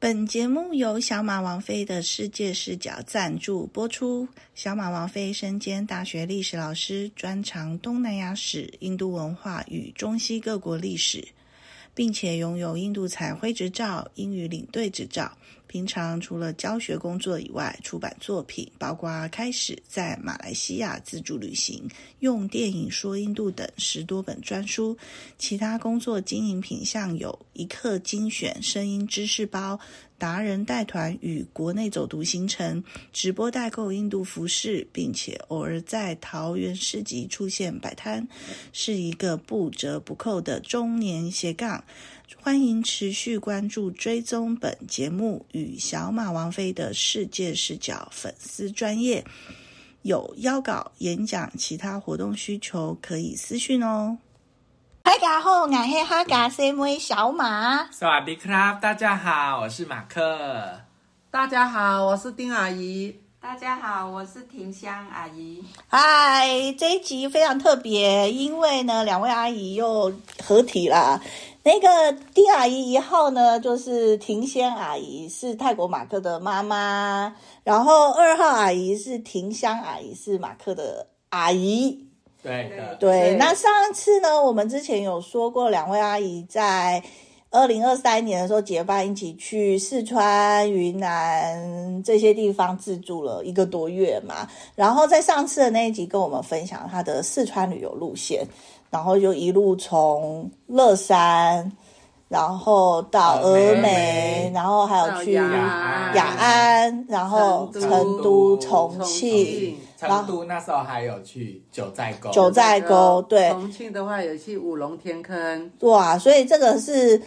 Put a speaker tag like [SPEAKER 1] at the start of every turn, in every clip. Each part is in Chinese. [SPEAKER 1] 本节目由小马王妃的世界视角赞助播出。小马王妃身兼大学历史老师，专长东南亚史、印度文化与中西各国历史，并且拥有印度彩绘执照、英语领队执照。平常除了教学工作以外，出版作品包括开始在马来西亚自助旅行、用电影说印度等十多本专书。其他工作经营品项有一刻精选声音知识包、达人带团与国内走读行程、直播代购印度服饰，并且偶尔在桃园市集出现摆摊，是一个不折不扣的中年斜杠。欢迎持续关注、追踪本节目与小马王妃的世界视角粉丝专业。有邀稿、演讲、其他活动需求，可以私讯哦。嗨，大家好，我是哈嘎 CMA 小马。
[SPEAKER 2] สวัสดีครับ 大家好，我是马克。
[SPEAKER 3] 大家好，我是丁阿姨。
[SPEAKER 4] 大家好，我是婷香阿姨。
[SPEAKER 1] 嗨，哎这一集非常特别，因为呢，两位阿姨又合体啦。那个丁阿姨一号呢，就是庭仙阿姨，是泰国马克的妈妈；然后二号阿姨是庭香阿姨，是马克的阿姨。
[SPEAKER 2] 对的，
[SPEAKER 1] 对，
[SPEAKER 3] 对
[SPEAKER 1] 那上次呢，我们之前有说过，两位阿姨在二零二三年的时候结伴一起去四川、云南这些地方自助了一个多月嘛。然后在上次的那一集跟我们分享她的四川旅游路线，然后就一路从乐山，然后到
[SPEAKER 2] 峨
[SPEAKER 1] 峨
[SPEAKER 2] 眉
[SPEAKER 1] 眉，然后还有
[SPEAKER 3] 到
[SPEAKER 1] 去
[SPEAKER 3] 雅
[SPEAKER 2] 安
[SPEAKER 1] 雅安，然后
[SPEAKER 3] 成
[SPEAKER 1] 成都、
[SPEAKER 2] 都
[SPEAKER 1] 重
[SPEAKER 3] 重
[SPEAKER 1] 庆
[SPEAKER 3] 庆。
[SPEAKER 2] 成都那时候还有去九寨沟，
[SPEAKER 1] 九寨沟对
[SPEAKER 3] 重庆的话有去五龙天坑，
[SPEAKER 1] 哇，啊所以这个是，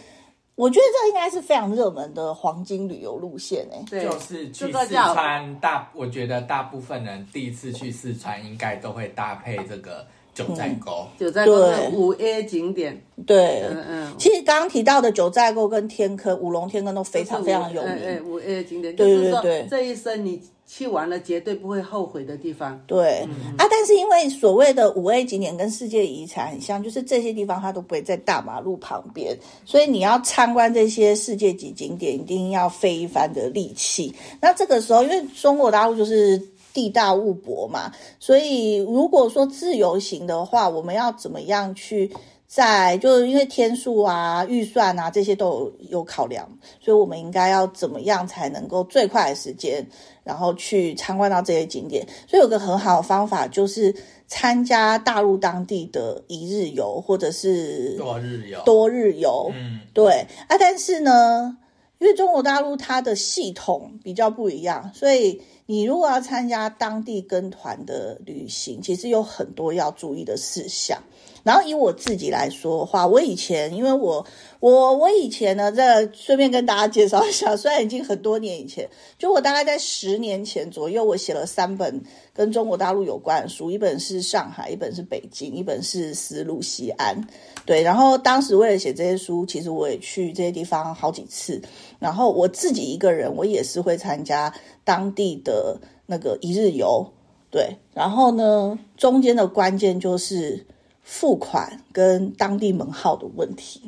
[SPEAKER 1] 我觉得这应该是非常热门的黄金旅游路线欸诶、
[SPEAKER 3] 对，
[SPEAKER 2] 就是去
[SPEAKER 3] 这个
[SPEAKER 2] 四
[SPEAKER 3] 叫
[SPEAKER 2] 川大，我觉得大部分人第一次去四川应该都会搭配这个九寨沟。
[SPEAKER 3] 九寨沟
[SPEAKER 1] 对
[SPEAKER 3] 的五 A 景点。
[SPEAKER 1] 对，
[SPEAKER 3] 嗯嗯，
[SPEAKER 1] 其实刚刚提到的九寨沟跟天坑、五龙天坑都非
[SPEAKER 3] 就是
[SPEAKER 1] 常
[SPEAKER 3] 五
[SPEAKER 1] 非常有
[SPEAKER 3] 哎哎
[SPEAKER 1] 名。
[SPEAKER 3] 五 A 景点，就
[SPEAKER 1] 对
[SPEAKER 3] 是
[SPEAKER 1] 对
[SPEAKER 3] 说
[SPEAKER 1] 对
[SPEAKER 3] 这一生你去完了绝对不会后悔的地方。
[SPEAKER 1] 对、
[SPEAKER 3] 嗯
[SPEAKER 1] 啊，但是因为所谓的五 A 景点跟世界遗产很像，就是这些地方它都不会在大马路旁边，所以你要参观这些世界级景点，一定要费一番的力气。那这个时候，因为中国大陆就是地大物博嘛，所以如果说自由行的话，我们要怎么样去在就是因为天数啊、预算啊这些都有有考量，所以我们应该要怎么样才能够最快的时间，然后去参观到这些景点？所以有个很好的方法就是参加大陆当地的一日游或者是
[SPEAKER 2] 落日游，
[SPEAKER 1] 多日游，
[SPEAKER 2] 嗯，
[SPEAKER 1] 对啊，但是呢，因为中国大陆它的系统比较不一样，所以你如果要参加当地跟团的旅行，其实有很多要注意的事项。然后以我自己来说的话，我以前因为我我我以前呢，这顺便跟大家介绍一下，虽然已经很多年以前，就我大概在十年前左右，我写了三本跟中国大陆有关的书，一本是上海，一本是北京，一本是丝路西安。对，然后当时为了写这些书，其实我也去这些地方好几次。然后我自己一个人，我也是会参加当地的那个一日游。对，然后呢，中间的关键就是付款跟当地门号的问题。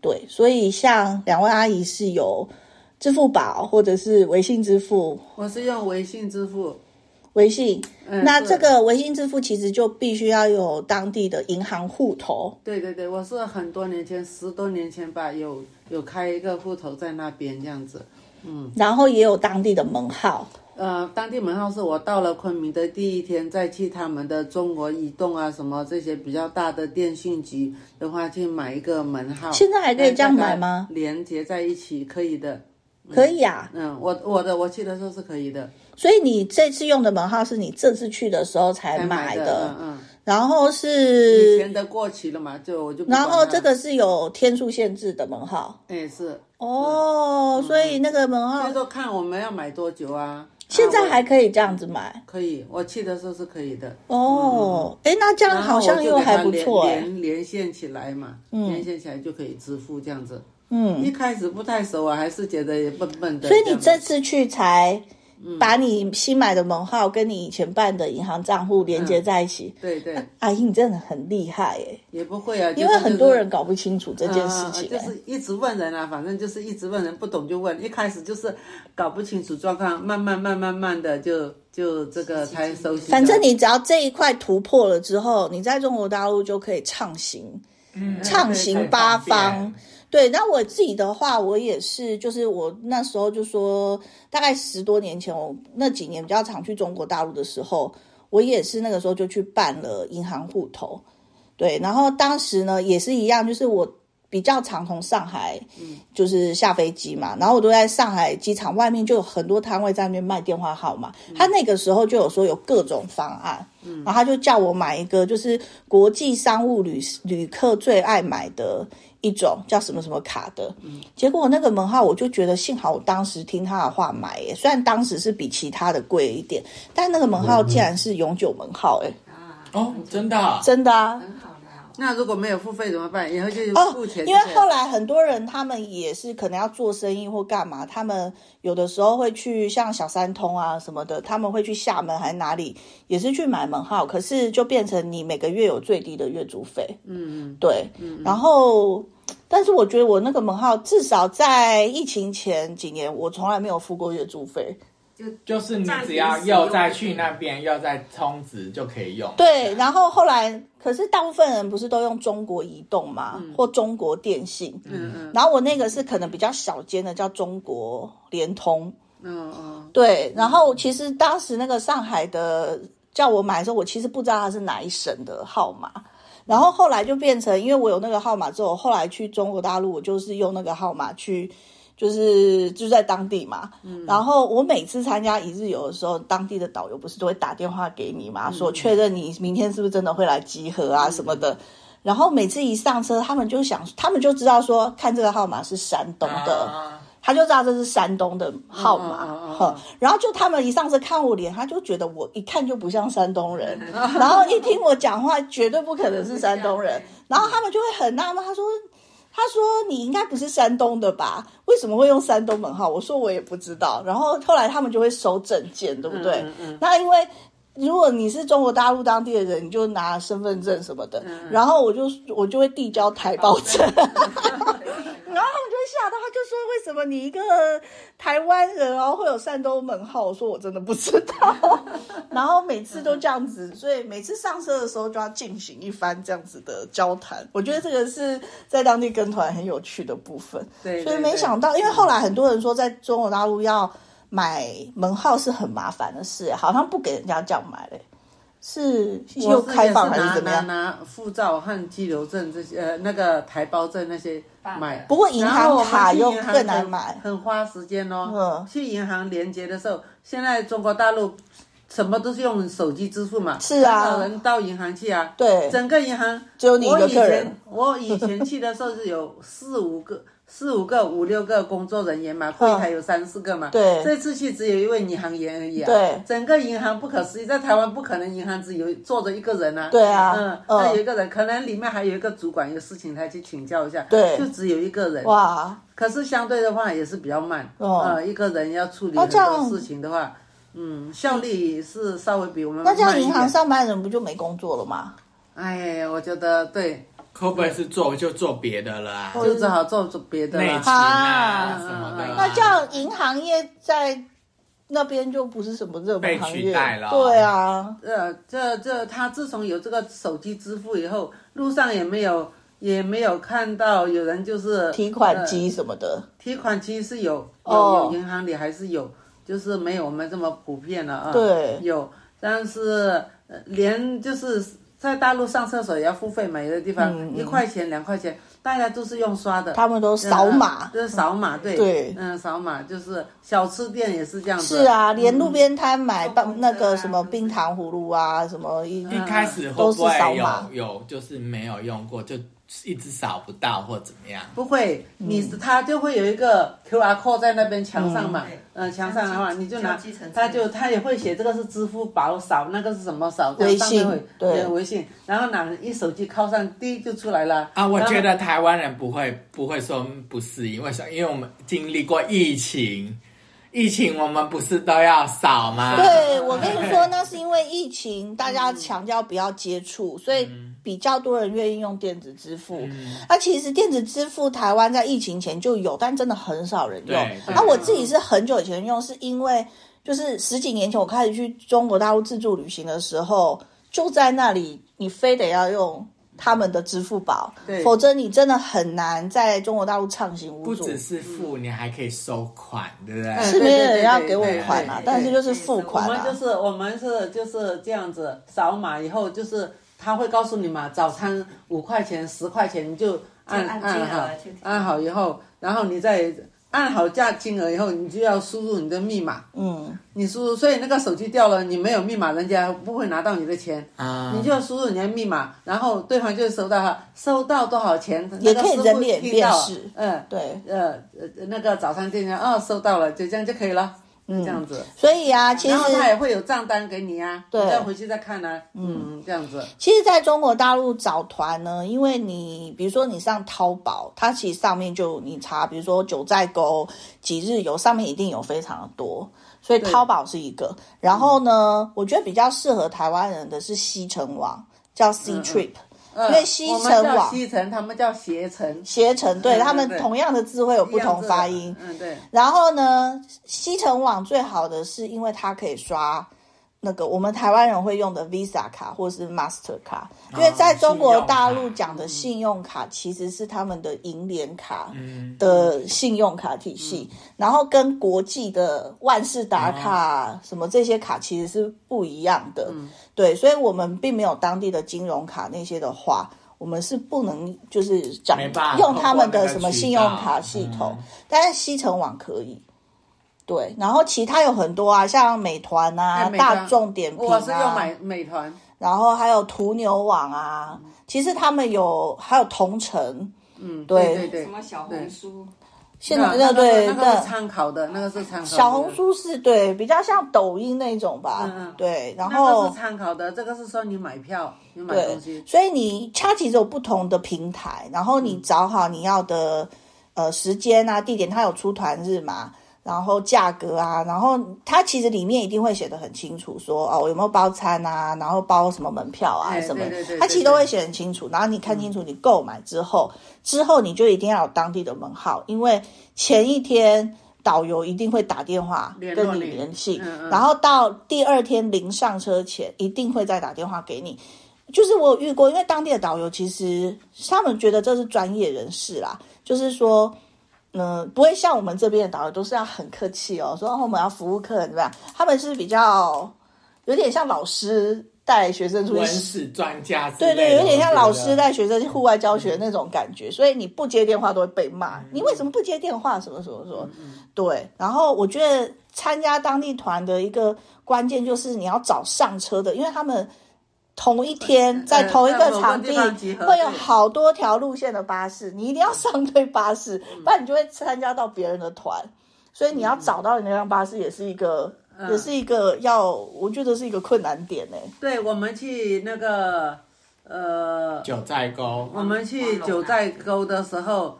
[SPEAKER 1] 对，所以像两位阿姨是有支付宝或者是微信支付，
[SPEAKER 3] 我是用微信支付，
[SPEAKER 1] 微信。
[SPEAKER 3] 嗯
[SPEAKER 1] 那
[SPEAKER 3] 对
[SPEAKER 1] 这个微信支付其实就必须要有当地的银行户头。
[SPEAKER 3] 对对对，我是很多年前，十多年前吧，有有开一个户头在那边这样子。
[SPEAKER 1] 然后也有当地的门号，
[SPEAKER 3] 呃，当地门号是我到了昆明的第一天，再去他们的中国移动啊什么这些比较大的电信局的话，去买一个门号。
[SPEAKER 1] 现在还可以这样买吗？
[SPEAKER 3] 连接在一起可以的。
[SPEAKER 1] 可以啊。
[SPEAKER 3] 嗯，我我的我去的时候是可以的，
[SPEAKER 1] 所以你这次用的门号是你这次去的时候才
[SPEAKER 3] 才
[SPEAKER 1] 买
[SPEAKER 3] 的。
[SPEAKER 1] 的，
[SPEAKER 3] 嗯
[SPEAKER 1] 然后
[SPEAKER 3] 嗯，以前
[SPEAKER 1] 是，
[SPEAKER 3] 的过期了嘛，就我就不
[SPEAKER 1] 然后
[SPEAKER 3] 管它
[SPEAKER 1] 这个是有天数限制的门号
[SPEAKER 3] 哎是，
[SPEAKER 1] 哦，所以
[SPEAKER 3] 嗯
[SPEAKER 1] 那个门
[SPEAKER 3] 所以
[SPEAKER 1] 号
[SPEAKER 3] 说看我们要买多久啊。
[SPEAKER 1] 现在还
[SPEAKER 3] 啊
[SPEAKER 1] 可以这样子买
[SPEAKER 3] 我可以，我去的时候是可以的。
[SPEAKER 1] 哦。哎，那这样
[SPEAKER 3] 嗯然
[SPEAKER 1] 好
[SPEAKER 3] 后我就
[SPEAKER 1] 像
[SPEAKER 3] 给
[SPEAKER 1] 又
[SPEAKER 3] 它
[SPEAKER 1] 还不
[SPEAKER 3] 连
[SPEAKER 1] 错哎，
[SPEAKER 3] 连连线起来嘛，连线起来就可以支付这样子。
[SPEAKER 1] 嗯。
[SPEAKER 3] 一开始不太熟啊，还是觉得也笨笨的。
[SPEAKER 1] 所以你
[SPEAKER 3] 这
[SPEAKER 1] 这
[SPEAKER 3] 样子嗯
[SPEAKER 1] 次去才把你新买的门号跟你以前办的银行账户连接在一起。
[SPEAKER 3] 嗯对对，
[SPEAKER 1] 阿姨，你真的很厉害耶！
[SPEAKER 3] 也不会啊，
[SPEAKER 1] 因为很多人搞不清楚这件事情
[SPEAKER 3] 嗯就
[SPEAKER 1] 耶、
[SPEAKER 3] 是就是一直问人啊，反正就是一直问人，不懂就问。一开始就是搞不清楚状况，慢慢慢慢慢的就就这个才熟悉。
[SPEAKER 1] 反正你只要这一块突破了之后，你在中国大陆就可以畅行。
[SPEAKER 2] 嗯
[SPEAKER 1] 畅行八方。对，那我自己的话，我也是，就是我那时候就说，大概十多年前，我那几年比较常去中国大陆的时候，我也是那个时候就去办了银行户头。对，然后当时呢也是一样，就是我比较常从上海，就是下飞机嘛，然后我都在上海机场外面就有很多摊位在那边卖电话号码，他那个时候就有说有各种方案，然后他就叫我买一个就是国际商务旅旅客最爱买的。一种叫什么什么卡的，结果那个门号我就觉得幸好我当时听他的话买耶，虽然当时是比其他的贵一点，但那个门号竟然是永久门号哎，
[SPEAKER 4] 啊，
[SPEAKER 2] 哦，真的啊、
[SPEAKER 1] 真的啊，
[SPEAKER 4] 很好的，
[SPEAKER 3] 那如果没有付费怎么办？以后就
[SPEAKER 1] 哦
[SPEAKER 3] 付钱，就
[SPEAKER 1] 因为
[SPEAKER 3] 可以了
[SPEAKER 1] 后来很多人他们也是可能要做生意或干嘛，他们有的时候会去像小三通啊什么的，他们会去厦门还是哪里，也是去买门号，可是就变成你每个月有最低的月租费。
[SPEAKER 3] 嗯
[SPEAKER 1] 对，然后，但是我觉得我那个门号至少在疫情前几年，我从来没有付过月租费。
[SPEAKER 2] 就是你只要又再去那边，又再充值就可以用。
[SPEAKER 1] 对，然后后来，可是大部分人不是都用中国移动嘛，或中国电信，
[SPEAKER 3] 嗯嗯
[SPEAKER 1] 然后我那个是可能比较小间的，叫中国联通。
[SPEAKER 3] 嗯嗯
[SPEAKER 1] 对，然后其实当时那个上海的叫我买的时候，我其实不知道它是哪一省的号码。然后后来就变成，因为我有那个号码之后，我后来去中国大陆，我就是用那个号码去，就是就在当地嘛。然后我每次参加一日游的时候，当地的导游不是都会打电话给你嘛，说确认你明天是不是真的会来集合啊什么的。然后每次一上车，他们就想，他们就知道说，看这个号码是山东的。
[SPEAKER 2] 啊
[SPEAKER 1] 他就知道这是山东的号码，
[SPEAKER 3] 嗯嗯嗯嗯
[SPEAKER 1] 哼然后就他们一上车看我脸，他就觉得我一看就不像山东人，
[SPEAKER 3] 嗯
[SPEAKER 1] 然后一听我讲话，绝对不可能是山东
[SPEAKER 3] 嗯
[SPEAKER 1] 人，然后他们就会很纳闷，他说。他说：“你应该不是山东的吧？为什么会用山东门号？”我说：“我也不知道。”然后后来他们就会收证件，对不对？
[SPEAKER 3] 嗯嗯
[SPEAKER 1] 那因为如果你是中国大陆当地的人，你就拿身份证什么的，
[SPEAKER 3] 嗯
[SPEAKER 1] 然后我就我就会递交台胞证。
[SPEAKER 3] 哦
[SPEAKER 1] 然后他们就会吓到，他就说：“为什么你一个台湾人，然后会有山东门号？”我说：“我真的不知 道。”然后每次都这样子，所以每次上车的时候就要进行一番这样子的交谈。我觉得这个是在当地跟团很有趣的部分。
[SPEAKER 3] 对
[SPEAKER 1] 所以
[SPEAKER 3] 对
[SPEAKER 1] 没
[SPEAKER 3] 对
[SPEAKER 1] 想到，因为后来很多人说，在中国大陆要买门号是很麻烦的事，好像不给人家这样买嘞，是
[SPEAKER 3] 我
[SPEAKER 1] 又
[SPEAKER 3] 是也
[SPEAKER 1] 开放还
[SPEAKER 3] 拿
[SPEAKER 1] 是怎么样？
[SPEAKER 3] 拿拿护照和居留证这些，呃，那个台胞证那些买。
[SPEAKER 1] 不过银
[SPEAKER 3] 然
[SPEAKER 1] 行
[SPEAKER 3] 后我
[SPEAKER 1] 卡
[SPEAKER 3] 们去
[SPEAKER 1] 又
[SPEAKER 3] 银行
[SPEAKER 1] 更难
[SPEAKER 3] 很
[SPEAKER 1] 买。
[SPEAKER 3] 很花时间哦
[SPEAKER 1] 嗯。
[SPEAKER 3] 去银行连接的时候，现在中国大陆什么都是用手机支付嘛，
[SPEAKER 1] 是啊
[SPEAKER 3] 很少人到银行去啊。
[SPEAKER 1] 对，
[SPEAKER 3] 整个银行
[SPEAKER 1] 只有你一个客人
[SPEAKER 3] 我以前我以前去的时候是有四五个、 四五个、五六个工作人员嘛，柜台有三四个嘛。
[SPEAKER 1] 嗯对
[SPEAKER 3] 这次去只有一位银行员而已啊。
[SPEAKER 1] 对
[SPEAKER 3] 整个银行不可思议，在台湾不可能银行只有坐着一个人啊。
[SPEAKER 1] 对啊
[SPEAKER 3] 嗯，
[SPEAKER 1] 嗯
[SPEAKER 3] 那有一个人，可能里面还有一个主管有事情，他去请教一下。
[SPEAKER 1] 对
[SPEAKER 3] 就只有一个人。
[SPEAKER 1] 哇，
[SPEAKER 3] 可是相对的话也是比较慢，
[SPEAKER 1] 哦
[SPEAKER 3] 呃，一个人要处理
[SPEAKER 1] 那
[SPEAKER 3] 很
[SPEAKER 1] 这样
[SPEAKER 3] 多事情的话，嗯，效率是稍微比我们
[SPEAKER 1] 那这样
[SPEAKER 3] 慢一
[SPEAKER 1] 银行
[SPEAKER 3] 点，
[SPEAKER 1] 上班人不就没工作了吗？
[SPEAKER 3] 哎，我觉得对，
[SPEAKER 2] 会不会是做就做别的了啊？
[SPEAKER 1] 哦
[SPEAKER 3] 就只好做别的
[SPEAKER 2] 内
[SPEAKER 3] 了
[SPEAKER 2] 勤。啊
[SPEAKER 1] 啊
[SPEAKER 2] 什么的啊，
[SPEAKER 1] 那这样银行业在那边就不是什么热门行
[SPEAKER 2] 被取
[SPEAKER 1] 业
[SPEAKER 2] 代了
[SPEAKER 1] 对啊，
[SPEAKER 3] 呃，这这他自从有这个手机支付以后，路上也没有也没有看到有人就是
[SPEAKER 1] 提款
[SPEAKER 3] 呃
[SPEAKER 1] 机什么的。
[SPEAKER 3] 提款机是有有
[SPEAKER 1] 哦
[SPEAKER 3] 有银行里还是有，就是没有我们这么普遍了啊。
[SPEAKER 1] 对
[SPEAKER 3] 有，但是呃连就是在大陆上厕所也要付费嘛，有的地方
[SPEAKER 1] 嗯嗯
[SPEAKER 3] 一块钱两块钱，大家都是用刷的。
[SPEAKER 1] 他们都扫码
[SPEAKER 3] 嗯就是扫码，对
[SPEAKER 1] 对
[SPEAKER 3] 嗯，扫码就是小吃店也是这样子。
[SPEAKER 1] 是啊，连路边摊买
[SPEAKER 4] 嗯
[SPEAKER 1] 棒那
[SPEAKER 3] 啊
[SPEAKER 1] 个什么冰糖葫芦啊，什么一
[SPEAKER 3] 嗯
[SPEAKER 2] 一开始会
[SPEAKER 1] 都
[SPEAKER 2] 不
[SPEAKER 1] 是扫
[SPEAKER 2] 会
[SPEAKER 1] 码
[SPEAKER 2] 有有就是没有用过，就一直扫不到或怎么样？啊
[SPEAKER 3] 不会，你他就会有一个 QR code 在那边墙上嘛
[SPEAKER 4] 嗯，
[SPEAKER 3] 嗯、墙上的话你就拿
[SPEAKER 4] 像计程车，
[SPEAKER 3] 他就他也会写这个是支付宝扫，那个是什么扫，这
[SPEAKER 1] 微
[SPEAKER 3] 样
[SPEAKER 1] 信
[SPEAKER 3] 上面会
[SPEAKER 1] 对
[SPEAKER 3] 微信，然后拿一手机靠上，滴就出来了
[SPEAKER 2] 啊，我
[SPEAKER 3] 然后
[SPEAKER 2] 觉得台湾人不会不会说不适应，为什么？因为我们经历过疫情，疫情我们不是都要扫吗？
[SPEAKER 1] 对，我跟你说，那是因为疫情，大家强调不要接触，所以
[SPEAKER 3] 嗯
[SPEAKER 1] 比较多人愿意用电子支付。那、其实电子支付台湾在疫情前就有，但真的很少人用
[SPEAKER 2] 对。对
[SPEAKER 1] 那、我自己是很久以前用，是因为就是十几年前我开始去中国大陆自助旅行的时候，就在那里，你非得要用。他们的支付宝，
[SPEAKER 3] 对
[SPEAKER 1] 否则你真的很难在中国大陆畅行无
[SPEAKER 2] 不
[SPEAKER 1] 阻。
[SPEAKER 2] 只是付，你还可以收款，对不
[SPEAKER 3] 嗯
[SPEAKER 2] 对？
[SPEAKER 1] 是没有人要
[SPEAKER 3] 对对对
[SPEAKER 1] 给我
[SPEAKER 3] 对
[SPEAKER 1] 款啊
[SPEAKER 3] 对，
[SPEAKER 1] 但是
[SPEAKER 3] 对
[SPEAKER 1] 就是
[SPEAKER 4] 对
[SPEAKER 1] 付
[SPEAKER 4] 我
[SPEAKER 1] 款
[SPEAKER 3] 我
[SPEAKER 1] 啊。
[SPEAKER 3] 们就是我们是就是这样子扫码以后，就是他会告诉你嘛，早餐五块钱、十块钱，你就按
[SPEAKER 4] 就按
[SPEAKER 3] 按
[SPEAKER 4] 金额
[SPEAKER 3] 好
[SPEAKER 4] 去填，
[SPEAKER 3] 按好以后，然后你再按好价金额以后，你就要输入你的密码。
[SPEAKER 1] 嗯，
[SPEAKER 3] 你输入，所以那个手机掉了，你没有密码，人家不会拿到你的钱。
[SPEAKER 2] 啊，
[SPEAKER 3] 你就输入你的密码，然后对方就收到哈，收到多少钱，
[SPEAKER 1] 也
[SPEAKER 3] 那个
[SPEAKER 1] 可以
[SPEAKER 3] 师傅
[SPEAKER 1] 人脸
[SPEAKER 3] 听到
[SPEAKER 1] 辨识
[SPEAKER 3] 嗯，
[SPEAKER 1] 对。
[SPEAKER 3] 呃呃，那个早餐店家哦，收到了，就这样就可以了，嗯，这样子。
[SPEAKER 1] 所以啊，其实
[SPEAKER 3] 然后他也会有账单给你啊，
[SPEAKER 1] 对
[SPEAKER 3] 你再回去再看啊，嗯，这样子，
[SPEAKER 1] 其实在中国大陆找团呢，因为你比如说你上淘宝，它其实上面就有你查，比如说九寨沟几日游，上面一定有非常的多。所以淘宝是一个，然后呢，我觉得比较适合台湾人的是西城网，叫
[SPEAKER 3] 嗯
[SPEAKER 1] C Trip，、因为西
[SPEAKER 3] 呃我们
[SPEAKER 1] 城
[SPEAKER 3] 叫
[SPEAKER 1] 网
[SPEAKER 3] 西城，他们叫携程，
[SPEAKER 1] 携程，对
[SPEAKER 3] 嗯
[SPEAKER 1] 他们
[SPEAKER 3] 对
[SPEAKER 1] 同样的字会有不
[SPEAKER 3] 这样
[SPEAKER 1] 同
[SPEAKER 3] 子
[SPEAKER 1] 发音。啊
[SPEAKER 3] 嗯，对，
[SPEAKER 1] 然后呢，西城网最好的是因为它可以刷那个我们台湾人会用的 Visa 卡或是 Master 卡，因为在中国大陆讲的信用卡其实是他们的银联卡
[SPEAKER 2] 嗯
[SPEAKER 1] 的信用卡体系，
[SPEAKER 3] 嗯
[SPEAKER 1] 然后跟国际的万事达
[SPEAKER 3] 哦
[SPEAKER 1] 卡什么这些卡其实是不一样的。
[SPEAKER 3] 嗯
[SPEAKER 1] 对，所以我们并没有当地的金融卡那些的话。我们是不能就是讲
[SPEAKER 2] 没办法
[SPEAKER 1] 用他们
[SPEAKER 2] 透过那
[SPEAKER 1] 的
[SPEAKER 2] 个
[SPEAKER 1] 什么
[SPEAKER 2] 渠
[SPEAKER 1] 信用
[SPEAKER 2] 道
[SPEAKER 1] 卡系统
[SPEAKER 2] 嗯，
[SPEAKER 1] 但是西城网可以。对，然后其他有很多啊，像美团啊、
[SPEAKER 3] 哎美团
[SPEAKER 1] 大众点评
[SPEAKER 3] 我是用
[SPEAKER 1] 啊
[SPEAKER 3] 美，美团，
[SPEAKER 1] 然后还有途牛网啊，其实他们有还有同城，
[SPEAKER 3] 嗯，
[SPEAKER 1] 对
[SPEAKER 3] 对对
[SPEAKER 4] 什，么小红书，
[SPEAKER 1] 现在
[SPEAKER 3] 啊那那个
[SPEAKER 1] 对
[SPEAKER 3] 那个是参考的，那个是参考的，
[SPEAKER 1] 小红书是对比较像抖音那种吧，
[SPEAKER 3] 嗯嗯
[SPEAKER 1] 对，然
[SPEAKER 3] 那个
[SPEAKER 1] 后
[SPEAKER 3] 是参考的，这个是说你买票，你买
[SPEAKER 1] 对
[SPEAKER 3] 东西，，嗯
[SPEAKER 1] 所以你它其实有不同的平台，然后你找好你要的、呃时间啊、地点，它有出团日嘛，然后价格啊，然后它其实里面一定会写的很清楚说，哦有没有包餐啊，然后包什么门票啊
[SPEAKER 3] 哎
[SPEAKER 1] 什么
[SPEAKER 3] 对对对，对嗯
[SPEAKER 1] 它其实都会写很清楚。然后你看清楚你购买之后，之后你就一定要有当地的门号，因为前一天。导游一定会打电话
[SPEAKER 3] 联
[SPEAKER 1] 跟
[SPEAKER 3] 络
[SPEAKER 1] 你
[SPEAKER 3] 你
[SPEAKER 1] 联系，
[SPEAKER 3] 嗯嗯
[SPEAKER 1] 然后到第二天临上车前一定会再打电话给你，就是我有遇过，因为当地的导游其实他们觉得这是专业人士啦，就是说，嗯、不会像我们这边的导游都是要很客气哦，说哦我们要服务客人怎么样，他们是比较有点像老师带学生出
[SPEAKER 2] 文
[SPEAKER 1] 去。
[SPEAKER 2] 史专家之
[SPEAKER 1] 对
[SPEAKER 2] 类的，
[SPEAKER 1] 对，有点像
[SPEAKER 2] 我觉得
[SPEAKER 1] 老师带学生去户外教学那种感觉，所以你不接电话都会被骂，你为什么不接电话？什么什么什么？对，然后我觉得参加当地团的一个关键就是你要找上车的，因为他们同一天在同一个场地
[SPEAKER 3] 在某个地方集合
[SPEAKER 1] 会有好多条路线的巴士，你一定要上对巴士，不然你就会参加到别人的团。所以你要找到你那辆巴士，也是一个，也是一个要，我觉得是一个困难点欸呢、
[SPEAKER 3] 对，我们去那个呃，
[SPEAKER 2] 九寨沟，
[SPEAKER 1] 嗯
[SPEAKER 3] 我们去九寨沟的时候，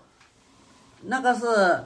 [SPEAKER 3] 那个是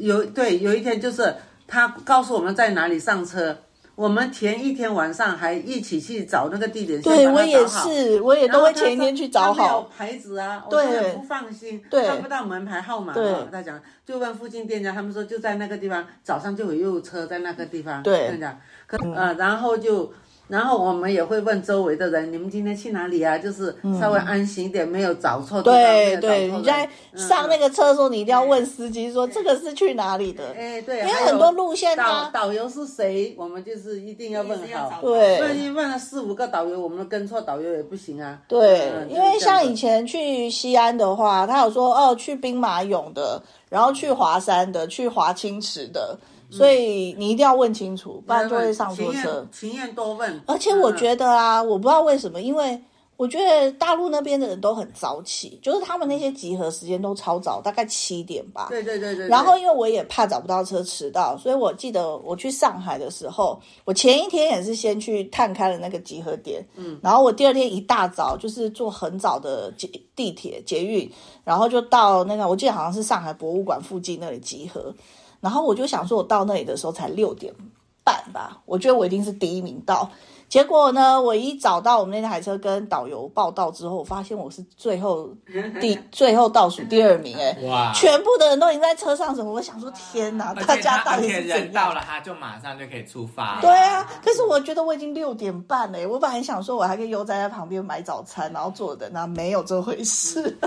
[SPEAKER 3] 有对有一天就是他告诉我们在哪里上车，我们前一天晚上还一起去找那个地点，
[SPEAKER 1] 对
[SPEAKER 3] 先把
[SPEAKER 1] 我
[SPEAKER 3] 它
[SPEAKER 1] 也
[SPEAKER 3] 找好。
[SPEAKER 1] 是，我也
[SPEAKER 3] 然
[SPEAKER 1] 都
[SPEAKER 3] 后
[SPEAKER 1] 会
[SPEAKER 3] 他
[SPEAKER 1] 前一天
[SPEAKER 3] 说
[SPEAKER 1] 去找
[SPEAKER 3] 他没有
[SPEAKER 1] 好。
[SPEAKER 3] 牌子啊，我
[SPEAKER 1] 对
[SPEAKER 3] 就很不放心，
[SPEAKER 1] 对
[SPEAKER 3] 看不到门牌号码
[SPEAKER 1] 对
[SPEAKER 3] 嘛。他讲就问附近店家，他们说就在那个地方，早上就有右车在那个地方。
[SPEAKER 1] 对嗯
[SPEAKER 3] 这样讲，可呃，然后就。然后我们也会问周围的人，你们今天去哪里啊？就是稍微安心一点，没有找错地方。没
[SPEAKER 1] 嗯对
[SPEAKER 3] 有
[SPEAKER 1] 对，
[SPEAKER 3] 找错
[SPEAKER 1] 你
[SPEAKER 3] 人
[SPEAKER 1] 在
[SPEAKER 3] 嗯
[SPEAKER 1] 上那个车的时候，你一定要问司机说这个是去哪里的。
[SPEAKER 3] 哎对，因
[SPEAKER 1] 为很多路线
[SPEAKER 3] 导
[SPEAKER 1] 它
[SPEAKER 3] 导游是谁，我们就是一定要问
[SPEAKER 4] 也是要
[SPEAKER 3] 好
[SPEAKER 4] 找。
[SPEAKER 1] 对
[SPEAKER 3] 万一问了四五个导游，我们跟错导游也不行啊。
[SPEAKER 1] 对
[SPEAKER 3] 嗯，
[SPEAKER 1] 因为像以。
[SPEAKER 3] 就是这样
[SPEAKER 1] 前
[SPEAKER 3] 子
[SPEAKER 1] 去西安的话，他有说哦，去兵马俑的，然后去华山的，去华清池的，
[SPEAKER 3] 嗯
[SPEAKER 1] 所以你一定要问清楚，不然就会上错
[SPEAKER 3] 情
[SPEAKER 1] 车
[SPEAKER 3] 愿。情愿多问。嗯
[SPEAKER 1] 而且我
[SPEAKER 3] 得
[SPEAKER 1] 觉得啊，我不知道为什么，因为我觉得大陆那边的人都很早起，就是他们那些集合时间都超早，大概七点吧。
[SPEAKER 3] 对对对对对。
[SPEAKER 1] 然后因为我也怕找不到车迟到，所以我记得我去上海的时候，我前一天也是先去探开了那个集合点，嗯，然后我第二天一大早就是坐很早的捷地铁捷运，然后就到那个我记得好像是上海博物馆附近那里集合，然后我就想说，我到那里的时候才六点半吧，我觉得我一定是第一名到。结果呢，我一找到我们那台车跟导游报到之后，我发现我是最后第最后倒数第二名、哎，
[SPEAKER 2] 哇！
[SPEAKER 1] 全部的人都已经在车上什么，我想说天哪，
[SPEAKER 2] 而
[SPEAKER 1] 大
[SPEAKER 2] 且
[SPEAKER 1] 家
[SPEAKER 2] 他
[SPEAKER 1] 到
[SPEAKER 2] 而
[SPEAKER 1] 底
[SPEAKER 2] 且
[SPEAKER 1] 是
[SPEAKER 2] 人
[SPEAKER 1] 怎
[SPEAKER 2] 到
[SPEAKER 1] 样？
[SPEAKER 2] 了，他就马上就可以出发。
[SPEAKER 1] 对，啊，可是我觉得我已经六点半了耶，我本来想说我还可以悠哉在旁边买早餐，然后坐等，那没有这回事。
[SPEAKER 3] 对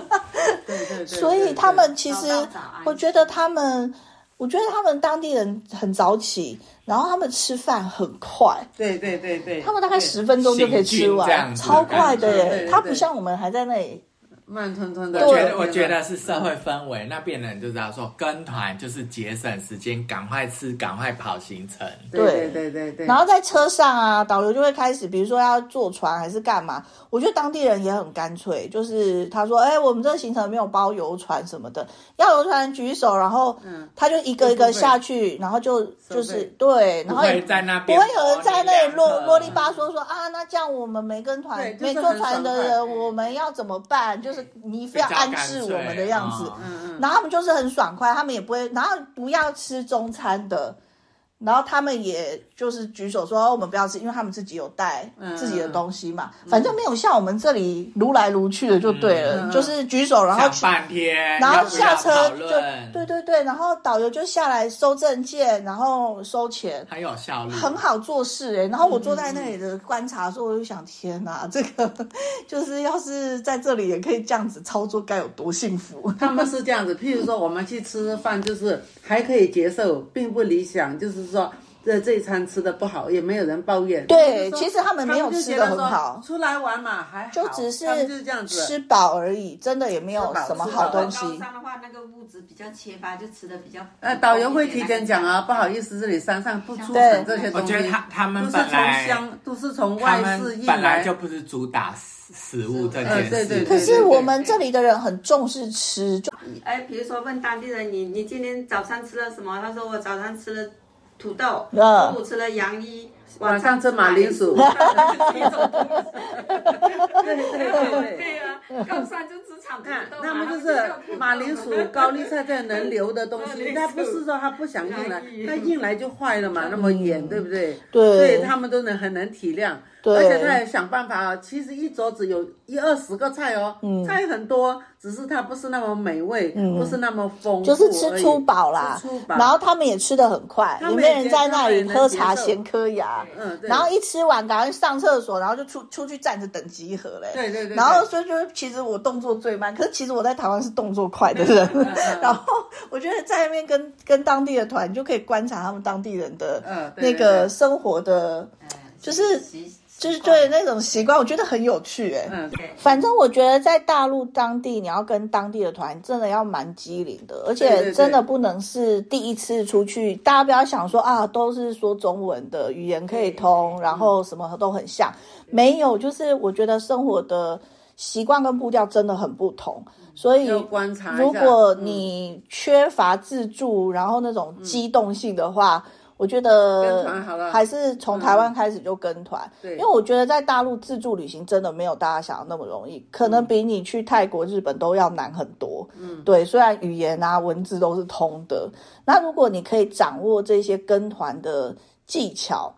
[SPEAKER 3] 对对对。
[SPEAKER 1] 所以他们其实
[SPEAKER 4] 早到早安，
[SPEAKER 1] 我觉得他们，我觉得他们当地人很早起，然后他们吃饭很快，
[SPEAKER 3] 对对对对，
[SPEAKER 1] 他们大概十分钟就可以吃
[SPEAKER 2] 行进这样
[SPEAKER 1] 完，
[SPEAKER 2] 子
[SPEAKER 1] 超快的
[SPEAKER 3] 对对
[SPEAKER 1] 耶。
[SPEAKER 3] 对
[SPEAKER 1] 他不像我们还在那里，
[SPEAKER 3] 慢吞吞
[SPEAKER 2] 我
[SPEAKER 3] 的。
[SPEAKER 2] 觉得我觉得是社会氛围，那边人就知道说跟团就是节省时间，赶快吃，赶快跑行程。
[SPEAKER 3] 对对对对对。
[SPEAKER 1] 然后在车上啊，导游就会开始，比如说要坐船还是干嘛，我觉得当地人也很干脆，就是他说，哎、我们这个行程没有包游船什么的，要游船举手，然后
[SPEAKER 3] 嗯
[SPEAKER 1] 他就一个一个下去，然后就就是对，然
[SPEAKER 2] 不
[SPEAKER 1] 后也
[SPEAKER 2] 会在那
[SPEAKER 1] 不
[SPEAKER 2] 边，
[SPEAKER 1] 会有人在那里
[SPEAKER 3] 哦
[SPEAKER 1] 啰啰里吧
[SPEAKER 2] 嗦。
[SPEAKER 1] 嗦说啊，那这样我们没跟团
[SPEAKER 3] 对、就
[SPEAKER 1] 没
[SPEAKER 3] 是很
[SPEAKER 1] 坐船的
[SPEAKER 3] 爽
[SPEAKER 1] 人，
[SPEAKER 3] 快
[SPEAKER 1] 我们要怎么办？就是你非要
[SPEAKER 2] 比较
[SPEAKER 1] 安
[SPEAKER 2] 干
[SPEAKER 1] 置
[SPEAKER 2] 脆
[SPEAKER 1] 我们的样子。
[SPEAKER 2] 嗯
[SPEAKER 3] 嗯嗯，
[SPEAKER 1] 然后他们就是很爽快，他们也不会，然后不要吃中餐的，然后他们也就是举手说、哦我们不要吃，因为他们自己有带
[SPEAKER 3] 嗯
[SPEAKER 1] 自己的东西嘛，反正没有像我们这里撸来撸去的就对了，
[SPEAKER 3] 嗯嗯
[SPEAKER 1] 就是举手然后
[SPEAKER 2] 想半天，
[SPEAKER 1] 然后
[SPEAKER 2] 要不
[SPEAKER 1] 下
[SPEAKER 2] 要
[SPEAKER 1] 车
[SPEAKER 2] 讨
[SPEAKER 1] 就
[SPEAKER 2] 论
[SPEAKER 1] 对，对对，然后导游就下来收证件，然后收钱。
[SPEAKER 2] 很有效率，
[SPEAKER 1] 很好做事哎、然后我坐在那里的观察的时候，我就想，天哪，这个 就是要是在这里也可以这样子操作，该有多幸福！
[SPEAKER 3] 他们是这样子，譬如说我们去吃饭，就是还可以接受，并不理想，就是说。这这一餐吃的不好，也没有人抱怨。
[SPEAKER 1] 对
[SPEAKER 3] 就是说
[SPEAKER 1] 其实他们没有吃得很好
[SPEAKER 3] 他们就觉得说出来玩嘛，还好
[SPEAKER 1] 就只是
[SPEAKER 3] 他们就是这样子
[SPEAKER 1] 吃饱而已，真的也没有
[SPEAKER 3] 吃饱
[SPEAKER 1] 什么
[SPEAKER 3] 吃
[SPEAKER 1] 好
[SPEAKER 3] 饱
[SPEAKER 1] 东西
[SPEAKER 4] 高。山的话，那个物质比较缺乏，就吃的比较。
[SPEAKER 3] 呃，导游会提前讲啊，不好意思，这里山上不出产这些
[SPEAKER 2] 我
[SPEAKER 3] 东西。
[SPEAKER 2] 觉得他他
[SPEAKER 3] 都
[SPEAKER 2] 们
[SPEAKER 3] 是
[SPEAKER 2] 本
[SPEAKER 3] 从
[SPEAKER 2] 来
[SPEAKER 3] 乡，都是从
[SPEAKER 2] 他
[SPEAKER 3] 外市
[SPEAKER 2] 们
[SPEAKER 3] 运
[SPEAKER 2] 本来
[SPEAKER 3] 来。
[SPEAKER 2] 就不是主打食食物这件
[SPEAKER 3] 呃对对
[SPEAKER 2] 事，
[SPEAKER 3] 对
[SPEAKER 1] 可是我们这里的人很重视吃，就
[SPEAKER 4] 哎，比如说问当地人，你你今天早上吃了什么？他说我早上吃了土豆，
[SPEAKER 1] 嗯
[SPEAKER 4] 中午吃了洋芋，
[SPEAKER 3] 啊晚上吃马铃薯
[SPEAKER 4] 晚上吃马铃薯
[SPEAKER 3] 对对对对。
[SPEAKER 4] 对啊，高山就吃炒土
[SPEAKER 3] 看，
[SPEAKER 4] 豆嘛，
[SPEAKER 3] 那么就
[SPEAKER 4] 他们
[SPEAKER 3] 是
[SPEAKER 4] 叫
[SPEAKER 3] 马铃薯、高丽菜这能留的东
[SPEAKER 4] 马
[SPEAKER 3] 西，
[SPEAKER 4] 铃薯
[SPEAKER 3] 它不是说它不想硬来
[SPEAKER 4] 哎，呦
[SPEAKER 3] 它硬来就坏了嘛，那么远，对不对？
[SPEAKER 1] 对
[SPEAKER 3] 所以他们都能很能体谅，
[SPEAKER 1] 对
[SPEAKER 3] 而且他也想办法啊。其实一桌子有一二十个菜哦，
[SPEAKER 1] 嗯
[SPEAKER 3] 菜很多，只是它不是那么美味，不是那么丰富而 已，
[SPEAKER 1] 就是吃粗饱啦
[SPEAKER 3] 吃粗，饱
[SPEAKER 1] 然后他们也吃的很快，
[SPEAKER 3] 他
[SPEAKER 1] 也
[SPEAKER 3] 们
[SPEAKER 1] 没
[SPEAKER 3] 也
[SPEAKER 1] 人在那里
[SPEAKER 3] 觉得
[SPEAKER 1] 喝茶
[SPEAKER 3] 他们也能接受
[SPEAKER 1] 闲磕牙。
[SPEAKER 3] 嗯，对
[SPEAKER 1] 然后一吃完，赶快上厕所，然后就出出去站着等集合嘞。
[SPEAKER 3] 对对对对
[SPEAKER 1] 然后所以就是，其实我动作最慢，可是其实我在台湾是动作快的人。
[SPEAKER 3] 嗯
[SPEAKER 1] 然后我觉得在那边跟跟当地的团，你就可以观察他们当地人的
[SPEAKER 3] 嗯对
[SPEAKER 1] 那
[SPEAKER 3] 对
[SPEAKER 1] 个
[SPEAKER 3] 对
[SPEAKER 1] 生活的，
[SPEAKER 4] 哎
[SPEAKER 1] 就是就是对
[SPEAKER 4] 对
[SPEAKER 1] 那种习惯，我觉得很有趣哎。
[SPEAKER 3] 嗯，
[SPEAKER 1] 反正我觉得在大陆当地，你要跟当地的团，真的要蛮机灵的，而
[SPEAKER 3] 对对
[SPEAKER 1] 且
[SPEAKER 3] 对
[SPEAKER 1] 真的不能是第一次出去，大家不要想说啊，都是说中文的语言可以通，
[SPEAKER 3] 嗯
[SPEAKER 1] 然后什么都很像，没有，就是我觉得生活的习惯跟步调真的很不同，所以
[SPEAKER 3] 嗯要观察一下。
[SPEAKER 1] 如果
[SPEAKER 3] 嗯
[SPEAKER 1] 你缺乏自助，然后那种机动性的话，我觉得
[SPEAKER 3] 跟团好了嗯
[SPEAKER 1] 还是从台湾开始就跟团，
[SPEAKER 3] 对
[SPEAKER 1] 因为我觉得在大陆自助旅行真的没有大家想的那么容易，可能比你去泰国、日本都要难很多。嗯，对，虽然语言啊、文字都是通的，那如果你可以掌握这些跟团的技巧，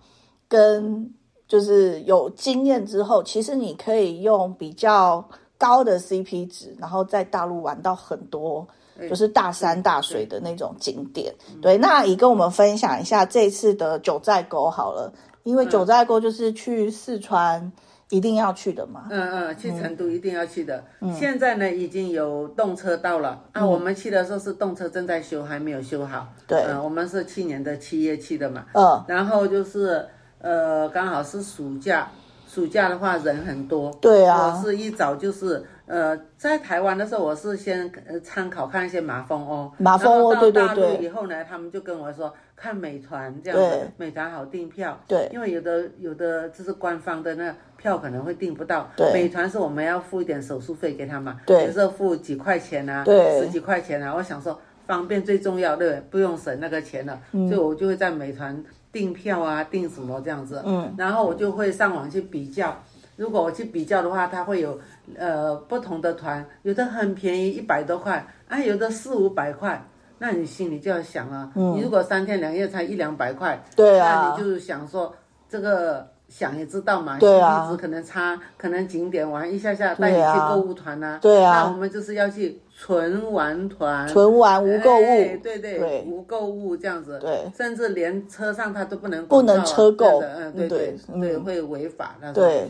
[SPEAKER 1] 跟就是有经验之后，其实你可以用比较高的 CP 值，然后在大陆玩到很多
[SPEAKER 3] 嗯
[SPEAKER 1] 就是大山大水的那种景点。对，那也跟我们分享一下这次的九寨沟好了，因
[SPEAKER 3] 嗯
[SPEAKER 1] 为九寨沟就是去四川一定要去的嘛。
[SPEAKER 3] 嗯嗯，去成都一定要去的。现在呢，已经有动车到了、啊。我们去的时候是动车正在修，还没有修好。
[SPEAKER 1] 对
[SPEAKER 3] 呃，我们是去年的七月去的嘛。
[SPEAKER 1] 嗯，
[SPEAKER 3] 然后就是呃，刚好是暑假，暑假的话人很多。
[SPEAKER 1] 对啊
[SPEAKER 3] 我是一早就是呃呃，在台湾的时候，我是先呃参考看一些马蜂窝，
[SPEAKER 1] 马蜂窝
[SPEAKER 3] 然后
[SPEAKER 1] 对
[SPEAKER 3] 到
[SPEAKER 1] 对
[SPEAKER 3] 大
[SPEAKER 1] 对
[SPEAKER 3] 陆以后呢，他们就跟我说看美团这样子
[SPEAKER 1] 对，
[SPEAKER 3] 美团好订票，
[SPEAKER 1] 对
[SPEAKER 3] 因为有的有的就是官方的那票可能会订不到，
[SPEAKER 1] 对
[SPEAKER 3] 美团是我们要付一点手续费给他嘛，
[SPEAKER 1] 对
[SPEAKER 3] 有时候付几块钱啊，
[SPEAKER 1] 对
[SPEAKER 3] 十几块钱啊，我想说方便最重要，对不对？不用省那个钱了，
[SPEAKER 1] 嗯
[SPEAKER 3] 所以我就会在美团订票啊，订什么这样子，
[SPEAKER 1] 嗯，
[SPEAKER 3] 然后我就会上网去比较。如果我去比较的话，它会有呃不同的团，有的很便宜，一百多块，啊，有的四五百块，那你心里就要想啊，
[SPEAKER 1] 嗯
[SPEAKER 3] 你如果三天两夜才一两百块，
[SPEAKER 1] 对啊
[SPEAKER 3] 那你就想说这个想也知道嘛，
[SPEAKER 1] 对啊
[SPEAKER 3] 一直可能差，可能景点玩一下下带你
[SPEAKER 1] 对啊
[SPEAKER 3] 去购物团呐、
[SPEAKER 1] 对啊
[SPEAKER 3] 那我们就是要去纯玩团，
[SPEAKER 1] 纯玩无购物，
[SPEAKER 3] 哎对对
[SPEAKER 1] 对
[SPEAKER 3] 无购物这样子，
[SPEAKER 1] 对
[SPEAKER 3] 甚至连车上他都不能
[SPEAKER 1] 不
[SPEAKER 3] 广告啊
[SPEAKER 1] 能车购
[SPEAKER 3] 这样的嗯，对
[SPEAKER 1] 对
[SPEAKER 3] 对
[SPEAKER 1] 嗯
[SPEAKER 3] 对，会违法那种。
[SPEAKER 1] 对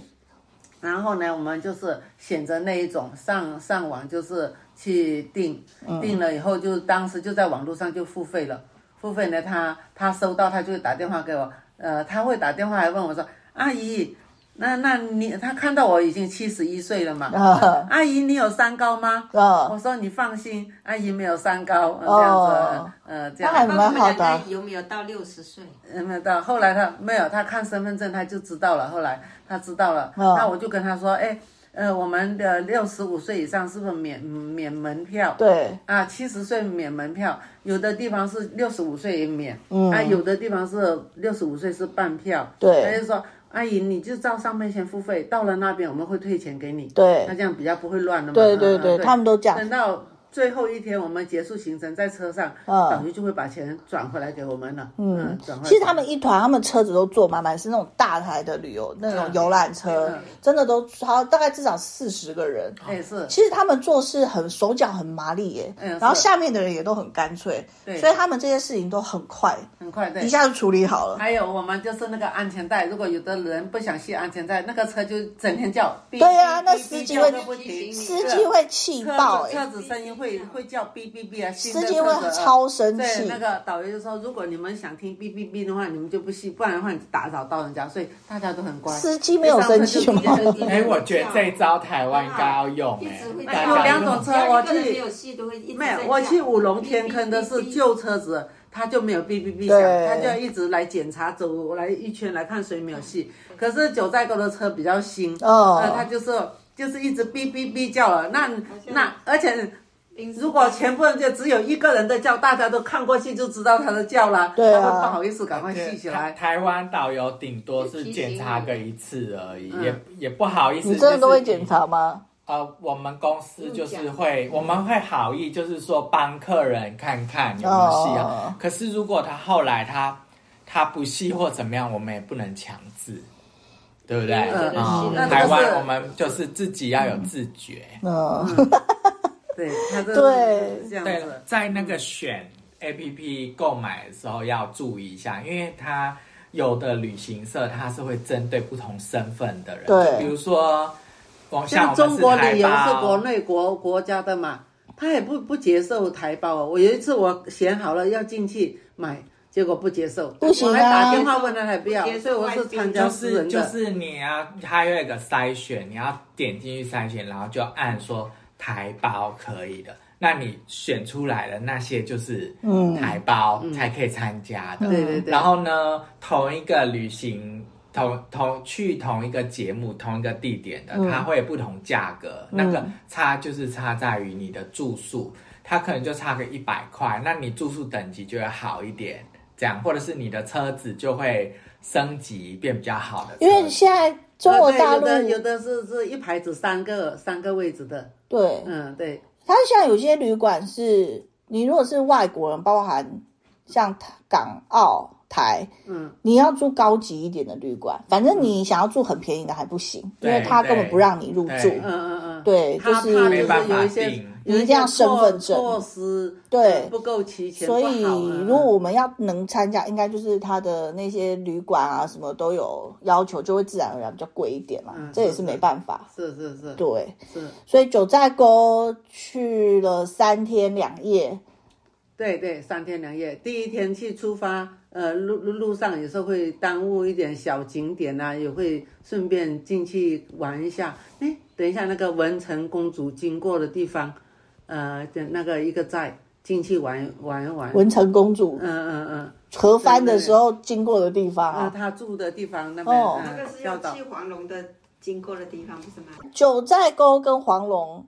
[SPEAKER 3] 然后呢，我们就是选择那一种上上网，就是去订，
[SPEAKER 1] 嗯
[SPEAKER 3] 订了以后就当时就在网络上就付费了。付费呢，他他收到他就会打电话给我，呃，他会打电话来问我说：“阿姨，那那你他看到我已经七十一岁了嘛？
[SPEAKER 1] 啊
[SPEAKER 3] 阿姨，你有三高吗？”
[SPEAKER 1] 啊
[SPEAKER 3] 我说：“你放心，阿姨没有三高，呃这样
[SPEAKER 1] 哦
[SPEAKER 3] 子，呃，这
[SPEAKER 1] 那
[SPEAKER 3] 样。”
[SPEAKER 1] 还蛮好的啊
[SPEAKER 4] 有没有到六十岁？
[SPEAKER 3] 嗯，没有到后来他没有，他看身份证他就知道了。后来他知道了，
[SPEAKER 1] 哦
[SPEAKER 3] 那我就跟他说，哎，呃，我们的六十五岁以上是不是免免门票？
[SPEAKER 1] 对
[SPEAKER 3] 啊，七十岁免门票，有的地方是六十五岁也免，
[SPEAKER 1] 嗯
[SPEAKER 3] 啊，有的地方是六十五岁是半票。
[SPEAKER 1] 对
[SPEAKER 3] 他就说，阿姨，你就照上面先付费，到了那边我们会退钱给你。
[SPEAKER 1] 对
[SPEAKER 3] 那这样比较不会乱的嘛。
[SPEAKER 1] 对对
[SPEAKER 3] 啊
[SPEAKER 1] 对，他们都这样，
[SPEAKER 3] 等到最后一天，我们结束行程在车上，
[SPEAKER 1] 嗯
[SPEAKER 3] 导游就会把钱转回来给我们了。
[SPEAKER 1] 嗯
[SPEAKER 3] 转，回来
[SPEAKER 1] 其实他们一团，他们车子都坐满满，是那种大台的旅游那种游览车，
[SPEAKER 3] 嗯
[SPEAKER 1] 真的都好大概至少四十个人。
[SPEAKER 3] 哎是，
[SPEAKER 1] 其实他们做事很手脚很麻利耶，
[SPEAKER 3] 嗯
[SPEAKER 1] 然后
[SPEAKER 3] 是
[SPEAKER 1] 下面的人也都很干脆，
[SPEAKER 3] 对
[SPEAKER 1] 所以他们这些事情都很快，
[SPEAKER 3] 很快对
[SPEAKER 1] 一。下就处理好了。
[SPEAKER 3] 还有我们就是那个安全带，如果有的人不想系安全带，那个车就整天叫。哔
[SPEAKER 1] 对啊
[SPEAKER 3] 哔
[SPEAKER 1] 那
[SPEAKER 3] 哔
[SPEAKER 1] 司机
[SPEAKER 3] 叫
[SPEAKER 1] 会
[SPEAKER 3] 个不停，
[SPEAKER 1] 司机会气
[SPEAKER 3] 车
[SPEAKER 1] 爆
[SPEAKER 3] 子
[SPEAKER 1] 哎
[SPEAKER 3] 车，子声音会会叫哔哔哔啊，新的
[SPEAKER 1] 司机
[SPEAKER 3] 车子
[SPEAKER 1] 会超生
[SPEAKER 3] 对，
[SPEAKER 1] 气
[SPEAKER 3] 那。个导游就说，如果你们想听哔哔哔的话，你们就不系，不然的话你打扰到人家，所以大家都很乖。
[SPEAKER 1] 司机没有生气吗
[SPEAKER 3] 一上车就哔哔哔
[SPEAKER 2] 哎、我觉得这一招台湾应该要用、
[SPEAKER 4] 一
[SPEAKER 2] 哎
[SPEAKER 4] 直会，
[SPEAKER 2] 大
[SPEAKER 4] 在
[SPEAKER 2] 家
[SPEAKER 3] 有两种车
[SPEAKER 4] 只要一个
[SPEAKER 3] 我
[SPEAKER 4] 人
[SPEAKER 3] 去
[SPEAKER 4] 没有戏都会一直
[SPEAKER 3] 没
[SPEAKER 4] 在
[SPEAKER 3] 有
[SPEAKER 4] 叫，
[SPEAKER 3] 我去五龙天坑的是旧车子，它就没有哔哔哔响，
[SPEAKER 1] 对
[SPEAKER 3] 它就要一直来检查，走来一圈来看谁没有戏。可是九寨沟的车比较新，
[SPEAKER 1] 哦
[SPEAKER 3] 呃，它就是就是一直哔哔哔叫了。那
[SPEAKER 4] 像
[SPEAKER 3] 那而且如果全部人就只有一个人在叫，大家都看过去就知道他在叫了，
[SPEAKER 1] 对啊
[SPEAKER 3] 他会不好意思赶快系起
[SPEAKER 2] 台
[SPEAKER 3] 来。
[SPEAKER 2] 台湾导游顶多是检查个一次而已，也也不好意思。
[SPEAKER 1] 你真的都会检
[SPEAKER 2] 就是
[SPEAKER 1] 查吗？
[SPEAKER 2] 呃，我们公司就是会，我们会好意，就是说帮客人看看有没有戏啊。
[SPEAKER 1] 哦
[SPEAKER 2] 可是如果他后来他他不戏或怎么样，我们也不能强制，对不对？
[SPEAKER 4] 嗯
[SPEAKER 2] 啊
[SPEAKER 4] 嗯
[SPEAKER 2] 台
[SPEAKER 3] 那就是
[SPEAKER 2] 湾我们就是自己要有自觉。
[SPEAKER 1] 嗯，
[SPEAKER 3] 对，他这
[SPEAKER 1] 对
[SPEAKER 3] 这样
[SPEAKER 2] 对
[SPEAKER 3] 子，。嗯
[SPEAKER 2] 在那个选 APP 购买的时候要注意一下，因为它有的旅行社它是会针对不同身份的人，
[SPEAKER 1] 对
[SPEAKER 2] 就比如说，我
[SPEAKER 3] 像
[SPEAKER 2] 像我
[SPEAKER 3] 中
[SPEAKER 2] 们
[SPEAKER 3] 国
[SPEAKER 2] 台
[SPEAKER 3] 旅游是
[SPEAKER 2] 胞
[SPEAKER 3] 国内国国家的嘛，他也不不接受台胞哦。我有一次我选好了要进去买，结果不接受，
[SPEAKER 1] 不行啊
[SPEAKER 3] 我还打电话问他还不要
[SPEAKER 4] 不接，受
[SPEAKER 3] 所以我是参加
[SPEAKER 2] 就
[SPEAKER 3] 私人
[SPEAKER 2] 是
[SPEAKER 3] 的。
[SPEAKER 2] 就是你要它有一个筛选，你要点进去筛选，然后就按说台胞可以的。那你选出来的那些就是
[SPEAKER 1] 嗯
[SPEAKER 2] 台胞才可以参加的，
[SPEAKER 3] 对对对
[SPEAKER 2] 然后呢，同一个旅行，同同去同一个节目、同一个地点
[SPEAKER 3] 嗯
[SPEAKER 2] 的，它会有不同价格，那个差就是差在于你的住宿，它可能就差个一百块，那你住宿等级就会好一点，这样，或者是你的车子就会升级变比较好的车子，
[SPEAKER 1] 因为现在中国大陆
[SPEAKER 3] 啊对有的有的是是一排子三个三个位置的，
[SPEAKER 1] 对，
[SPEAKER 3] 嗯对，
[SPEAKER 1] 它现在有些旅馆是，你如果是外国人，包含像港澳台，
[SPEAKER 3] 嗯
[SPEAKER 1] 你要住高级一点的旅馆，反正你想要住很便宜的还不行，因
[SPEAKER 2] 对
[SPEAKER 1] 为他根本不让你入住
[SPEAKER 2] 对。
[SPEAKER 3] 嗯嗯嗯，
[SPEAKER 1] 对，
[SPEAKER 3] 他
[SPEAKER 1] 就
[SPEAKER 3] 怕就是
[SPEAKER 2] 没
[SPEAKER 1] 是
[SPEAKER 2] 办法
[SPEAKER 3] 有一些
[SPEAKER 2] 定
[SPEAKER 3] 有
[SPEAKER 1] 一
[SPEAKER 3] 一
[SPEAKER 1] 定要
[SPEAKER 3] 些
[SPEAKER 1] 身份证
[SPEAKER 3] 措措施
[SPEAKER 1] 对
[SPEAKER 3] 不够齐全，
[SPEAKER 1] 所以
[SPEAKER 3] 不好啊
[SPEAKER 1] 如果我们要能参加，应该就是他的那些旅馆啊什么都有要求，就会自然而然比较贵一点嘛
[SPEAKER 3] 嗯，
[SPEAKER 1] 这也是没办法。
[SPEAKER 3] 是是是
[SPEAKER 1] 对，
[SPEAKER 3] 是，
[SPEAKER 1] 所以九寨沟去了三天两
[SPEAKER 3] 嗯
[SPEAKER 1] 夜，
[SPEAKER 3] 对对，三天两夜。第一天去出发，呃，路路路上有时候会耽误一点小景点啊，也会顺便进去玩一下。哎，等一下那个文成公主经过的地方，呃，的那个一个寨进去玩玩一玩，嗯
[SPEAKER 1] 文成公主
[SPEAKER 3] 嗯嗯，
[SPEAKER 1] 合番的时候经过的地方
[SPEAKER 3] 啊，
[SPEAKER 1] 啊，
[SPEAKER 3] 他住的地方那边，
[SPEAKER 1] 哦
[SPEAKER 3] 嗯
[SPEAKER 4] 那个是
[SPEAKER 3] 教
[SPEAKER 4] 要
[SPEAKER 3] 导
[SPEAKER 4] 去，黄龙的经过的地方，不是吗？
[SPEAKER 1] 九寨沟跟黄龙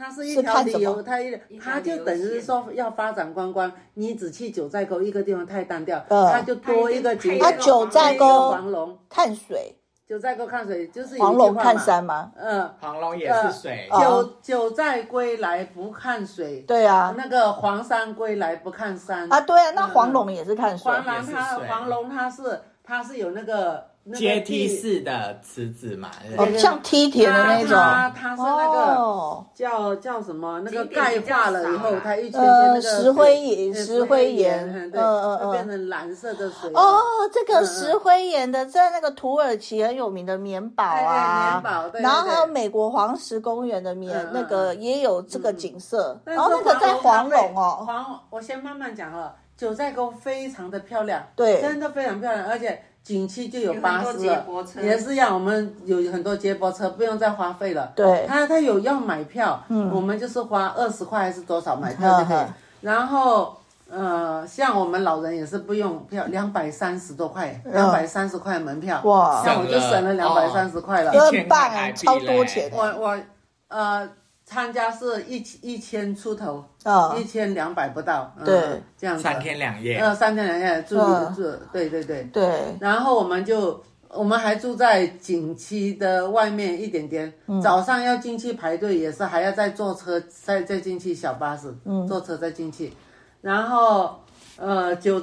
[SPEAKER 3] 它是一
[SPEAKER 1] 是
[SPEAKER 3] 条
[SPEAKER 1] 看
[SPEAKER 3] 旅
[SPEAKER 1] 什
[SPEAKER 3] 游，
[SPEAKER 1] 么
[SPEAKER 3] 它一
[SPEAKER 4] 一条
[SPEAKER 3] 它就
[SPEAKER 4] 旅游
[SPEAKER 3] 等于是
[SPEAKER 4] 线
[SPEAKER 3] 说要发展观光，你只去九寨沟一个地方太单调，
[SPEAKER 1] 嗯
[SPEAKER 3] 它就多一个景
[SPEAKER 1] 它
[SPEAKER 3] 点，
[SPEAKER 1] 九寨沟
[SPEAKER 3] 多一个黄龙，
[SPEAKER 1] 看水，
[SPEAKER 3] 九寨沟看水就是有一
[SPEAKER 1] 黄
[SPEAKER 3] 句
[SPEAKER 1] 龙
[SPEAKER 3] 话
[SPEAKER 1] 看
[SPEAKER 3] 嘛，
[SPEAKER 1] 山吗？
[SPEAKER 3] 嗯。
[SPEAKER 2] 黄龙也是水，
[SPEAKER 1] 呃
[SPEAKER 3] 九九寨归来不看水，
[SPEAKER 1] 对啊，
[SPEAKER 3] 那个黄山归来不看山
[SPEAKER 1] 啊，对啊，那黄龙也是看水，
[SPEAKER 3] 黄龙
[SPEAKER 2] 也是
[SPEAKER 3] 它
[SPEAKER 2] 水
[SPEAKER 3] 黄龙它是它是有那个那个
[SPEAKER 2] 阶梯
[SPEAKER 3] 地
[SPEAKER 2] 式的池子嘛，对不
[SPEAKER 1] 哦
[SPEAKER 2] 对
[SPEAKER 1] 像梯田的那
[SPEAKER 3] 它
[SPEAKER 1] 种。
[SPEAKER 3] 它它啊是那个
[SPEAKER 1] 哦，
[SPEAKER 3] 叫叫什么？那个
[SPEAKER 4] 景点
[SPEAKER 3] 钙
[SPEAKER 4] 比较
[SPEAKER 3] 化了以
[SPEAKER 4] 少啊
[SPEAKER 3] 后，
[SPEAKER 4] 啦
[SPEAKER 3] 它一圈圈那
[SPEAKER 1] 呃，
[SPEAKER 3] 个
[SPEAKER 1] 石灰岩，
[SPEAKER 3] 嗯
[SPEAKER 1] 石灰岩，
[SPEAKER 3] 嗯
[SPEAKER 1] 嗯
[SPEAKER 3] 对，
[SPEAKER 1] 嗯
[SPEAKER 3] 它
[SPEAKER 1] 嗯。
[SPEAKER 3] 变成蓝色的水
[SPEAKER 1] 哦，这
[SPEAKER 3] 嗯
[SPEAKER 1] 个
[SPEAKER 3] 嗯
[SPEAKER 1] 石灰岩的，在那个土耳其很有名的棉堡
[SPEAKER 3] 哎哎
[SPEAKER 1] 啊
[SPEAKER 3] 棉，堡对
[SPEAKER 1] 然后
[SPEAKER 3] 对
[SPEAKER 1] 还有
[SPEAKER 3] 对
[SPEAKER 1] 美国黄石公园的棉
[SPEAKER 3] 嗯嗯，
[SPEAKER 1] 那个也有这个景色。
[SPEAKER 3] 但
[SPEAKER 1] 然后
[SPEAKER 3] 是
[SPEAKER 1] 哦那个在黄
[SPEAKER 3] 黄龙
[SPEAKER 1] 龙
[SPEAKER 3] 它会
[SPEAKER 1] 哦，
[SPEAKER 3] 黄，我先慢慢讲哦。九寨沟非常的漂亮，
[SPEAKER 1] 对
[SPEAKER 3] 真的非常漂亮，而且景区就有
[SPEAKER 4] 有
[SPEAKER 3] 巴
[SPEAKER 4] 很多
[SPEAKER 3] 士
[SPEAKER 4] 接
[SPEAKER 3] 了
[SPEAKER 4] 驳，车
[SPEAKER 3] 也是让我们有很多接驳车，不用再花费了。
[SPEAKER 1] 对
[SPEAKER 3] 他他有要买票，我们就是花二十块还是多少买票就
[SPEAKER 1] 嗯
[SPEAKER 3] 可以
[SPEAKER 1] 嗯。
[SPEAKER 3] 然后呃，像我们老人也是不用票，两百三十多块，两百三十块门票，
[SPEAKER 1] 嗯哇
[SPEAKER 3] 像我就省了
[SPEAKER 2] 省了
[SPEAKER 3] 两百三十块了。
[SPEAKER 2] 哦
[SPEAKER 1] 都
[SPEAKER 2] 1000
[SPEAKER 1] 很
[SPEAKER 2] 块
[SPEAKER 1] 棒，
[SPEAKER 2] 台币
[SPEAKER 1] 超多
[SPEAKER 2] 嘞
[SPEAKER 1] 钱的。
[SPEAKER 3] 我我呃参加是一一千出头，
[SPEAKER 1] 啊
[SPEAKER 3] 一千两百不到，嗯
[SPEAKER 1] 对，
[SPEAKER 3] 这样子，
[SPEAKER 2] 三天两夜，
[SPEAKER 3] 呃三天两夜住、
[SPEAKER 1] 嗯
[SPEAKER 3] 住，对对对，
[SPEAKER 1] 对，
[SPEAKER 3] 然后我们就我们还住在景区的外面一点点，
[SPEAKER 1] 嗯
[SPEAKER 3] 早上要进去排队，也是还要再坐车再再进去小巴士，
[SPEAKER 1] 嗯
[SPEAKER 3] 坐车再进去，然后呃九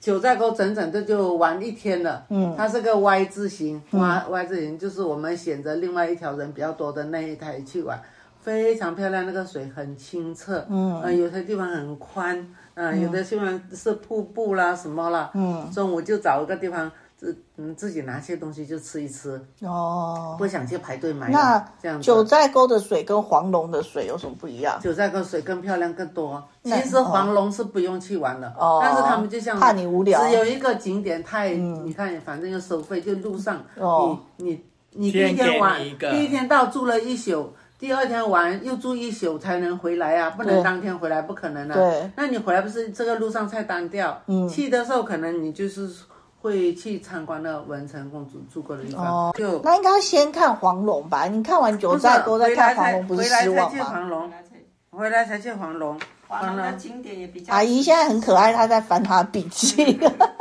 [SPEAKER 3] 九寨沟整整的就玩一天了，嗯，它是个 Y 字形，Y
[SPEAKER 1] 嗯
[SPEAKER 3] Y 字形就是我们选择另外一条人比较多的那一台去玩。非常漂亮，那个水很清澈，嗯，呃，有些地方很宽，嗯、有的地方是瀑布啦什么啦，嗯，中午就找一个地方自嗯自己拿些东西就吃一吃，
[SPEAKER 1] 哦，
[SPEAKER 3] 不想去排队买了，这
[SPEAKER 1] 那
[SPEAKER 3] 样子
[SPEAKER 1] 九寨沟的水跟黄龙的水有什么不一样？
[SPEAKER 3] 九寨沟水更漂亮更多。其
[SPEAKER 1] 那
[SPEAKER 3] 实黄龙是不用去玩了，
[SPEAKER 1] 哦
[SPEAKER 3] 但是他们就像
[SPEAKER 1] 怕你无聊嗯
[SPEAKER 3] 只有一个景点太，你看反正要收费，就路上、
[SPEAKER 1] 哦
[SPEAKER 3] 你你你第
[SPEAKER 2] 先
[SPEAKER 3] 一
[SPEAKER 2] 给
[SPEAKER 3] 天
[SPEAKER 2] 你
[SPEAKER 3] 玩，
[SPEAKER 2] 一个
[SPEAKER 3] 第一天到住了一宿。第二天玩又住一宿才能回来啊，不能
[SPEAKER 1] 对
[SPEAKER 3] 当天回来，不可能啊。
[SPEAKER 1] 对
[SPEAKER 3] 那你回来不是这个路上太单调？嗯，去的时候可能你就是会去参观那文成公主住过的地方，
[SPEAKER 1] 哦
[SPEAKER 3] 就啊
[SPEAKER 1] 那应该先看黄龙吧？你看完九寨沟再看黄龙，不是
[SPEAKER 3] 回来才
[SPEAKER 1] 失望
[SPEAKER 3] 回来才去
[SPEAKER 1] 吗？
[SPEAKER 3] 黄龙，回来才去黄龙，
[SPEAKER 4] 黄
[SPEAKER 3] 黄
[SPEAKER 4] 龙的
[SPEAKER 3] 龙。
[SPEAKER 4] 景点也比较。
[SPEAKER 1] 阿姨现在很可爱，她在翻她的笔记。
[SPEAKER 4] 啊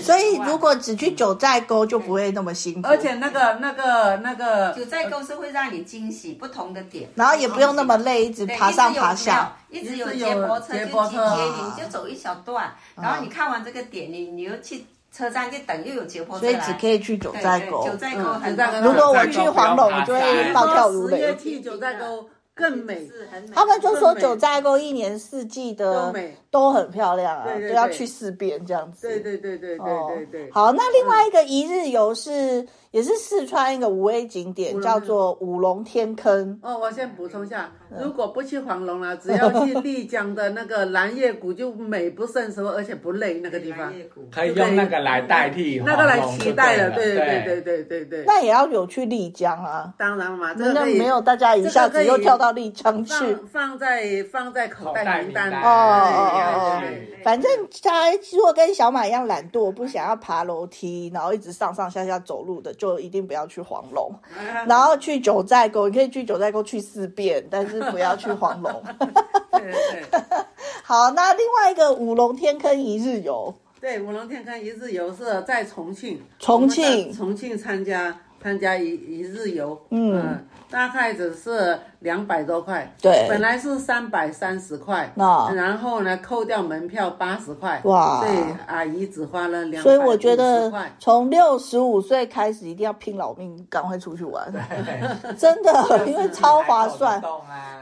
[SPEAKER 1] 所以如果只去九寨沟就不会那么辛苦，
[SPEAKER 3] 而且那个那个那个
[SPEAKER 4] 九寨沟是会让你惊喜，不同的点，
[SPEAKER 1] 然后也不用那么累，一直
[SPEAKER 4] 对
[SPEAKER 1] 爬上爬下。，
[SPEAKER 4] 一直有
[SPEAKER 3] 一直
[SPEAKER 4] 没有
[SPEAKER 3] 有
[SPEAKER 4] 一直有接
[SPEAKER 3] 接驳
[SPEAKER 4] 驳车就去
[SPEAKER 3] 车嗯
[SPEAKER 4] 接你，你就走一小段，然后你看完这个点，你你又去车站就等，又有接驳车
[SPEAKER 1] 所以
[SPEAKER 4] 来
[SPEAKER 1] 只可以去九
[SPEAKER 4] 对
[SPEAKER 1] 寨
[SPEAKER 4] 对
[SPEAKER 1] 沟
[SPEAKER 4] 九。寨沟
[SPEAKER 3] 嗯
[SPEAKER 4] 很
[SPEAKER 3] 九寨沟
[SPEAKER 4] 多
[SPEAKER 1] 如果我
[SPEAKER 2] 九寨
[SPEAKER 1] 去
[SPEAKER 2] 沟
[SPEAKER 1] 黄龙，
[SPEAKER 2] 不要
[SPEAKER 1] 我就
[SPEAKER 2] 爬
[SPEAKER 1] 会
[SPEAKER 2] 山
[SPEAKER 1] 暴跳如
[SPEAKER 3] 呃十月
[SPEAKER 1] 雷。
[SPEAKER 3] 去九寨沟更美。
[SPEAKER 4] 是很美。
[SPEAKER 1] 他们就说
[SPEAKER 3] 更美
[SPEAKER 1] 九寨沟一年四季
[SPEAKER 3] 都
[SPEAKER 1] 的
[SPEAKER 3] 美
[SPEAKER 1] 都很漂亮啊，
[SPEAKER 3] 对对
[SPEAKER 1] 都要
[SPEAKER 3] 对
[SPEAKER 1] 去四遍这样子。
[SPEAKER 3] 对对对对
[SPEAKER 1] 哦
[SPEAKER 3] 对对嗯对。
[SPEAKER 1] 好，那另外一个一日游是、也是四川一个五 A 景
[SPEAKER 3] 五
[SPEAKER 1] 点，
[SPEAKER 3] 龙
[SPEAKER 1] 叫做五龙天坑。
[SPEAKER 3] 哦，我先补充一下，
[SPEAKER 1] 嗯
[SPEAKER 3] 如果不去黄龙啊了，只要去丽江的那个蓝月谷，就美不胜收，而且不累那个地方，
[SPEAKER 2] 可以用那个来代替
[SPEAKER 3] 那个来
[SPEAKER 2] 黄龙就
[SPEAKER 3] 期待了。
[SPEAKER 2] 对
[SPEAKER 3] 对对对
[SPEAKER 2] 对。
[SPEAKER 3] 对对对。
[SPEAKER 1] 那也要有去丽江啊，
[SPEAKER 3] 当然了嘛，这个
[SPEAKER 1] 那
[SPEAKER 3] 可以
[SPEAKER 1] 没有大家一下
[SPEAKER 3] 这个
[SPEAKER 1] 子
[SPEAKER 3] 可以
[SPEAKER 1] 又跳到丽江去。
[SPEAKER 3] 放放在放在口
[SPEAKER 2] 口
[SPEAKER 3] 袋
[SPEAKER 2] 袋
[SPEAKER 3] 名
[SPEAKER 2] 名
[SPEAKER 3] 单。
[SPEAKER 2] 单
[SPEAKER 1] 哦哦哦
[SPEAKER 3] 对对对
[SPEAKER 1] 哦
[SPEAKER 3] 对，
[SPEAKER 1] 反正他如果跟小马一样懒惰，不想要爬楼梯，然后一直上上下下走路的，就一定不要去黄龙。
[SPEAKER 3] 嗯
[SPEAKER 1] 然后去九寨沟，你可以去九寨沟去四遍，但是不要去黄龙。
[SPEAKER 3] 对对对。
[SPEAKER 1] 好，那另外一个五龙天坑一日游，
[SPEAKER 3] 对，五龙天坑一日游是在重庆，
[SPEAKER 1] 重庆
[SPEAKER 3] 我们在重庆参加参加一一日游，嗯、大概只是两百多块，
[SPEAKER 1] 对
[SPEAKER 3] 本来是三百三十块，
[SPEAKER 1] 啊
[SPEAKER 3] 然后呢扣掉门票八十块，
[SPEAKER 1] 哇
[SPEAKER 3] 所以阿姨只花了两，
[SPEAKER 1] 所以我觉得
[SPEAKER 3] 块，
[SPEAKER 1] 从六十五岁开始一定要拼老命，赶快出去玩， 真的，因为超划算。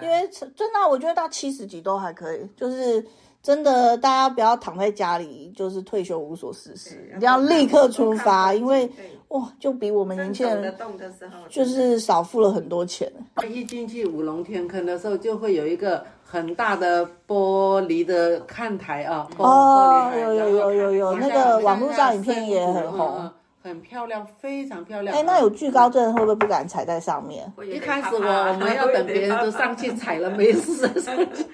[SPEAKER 1] 因为真的啊，我觉得到七十几都还可以，就是真的，大家不要躺在家里，就是退休无所事事，一定要立刻出发，因为哇，就比我们年轻
[SPEAKER 4] 走得
[SPEAKER 1] 人
[SPEAKER 4] 动的时候，
[SPEAKER 1] 就
[SPEAKER 4] 就是
[SPEAKER 1] 少付了很多钱。
[SPEAKER 3] 一进去五龙天坑的时候，就会有一个很大的玻璃的看台啊，玻玻璃
[SPEAKER 1] 哦，
[SPEAKER 3] 台
[SPEAKER 1] 呃有有有有有，那个网络上影片也很
[SPEAKER 3] 嗯嗯
[SPEAKER 1] 红
[SPEAKER 3] 嗯，很漂亮，非常漂亮。
[SPEAKER 1] 哎，那有惧
[SPEAKER 4] 嗯
[SPEAKER 1] 高症会不会不敢踩在上面？
[SPEAKER 4] 我也
[SPEAKER 3] 一
[SPEAKER 4] 得
[SPEAKER 3] 开
[SPEAKER 4] 怕
[SPEAKER 3] 始我
[SPEAKER 4] 怕啊
[SPEAKER 3] 我 们要等别人都上，去踩了，没事上去。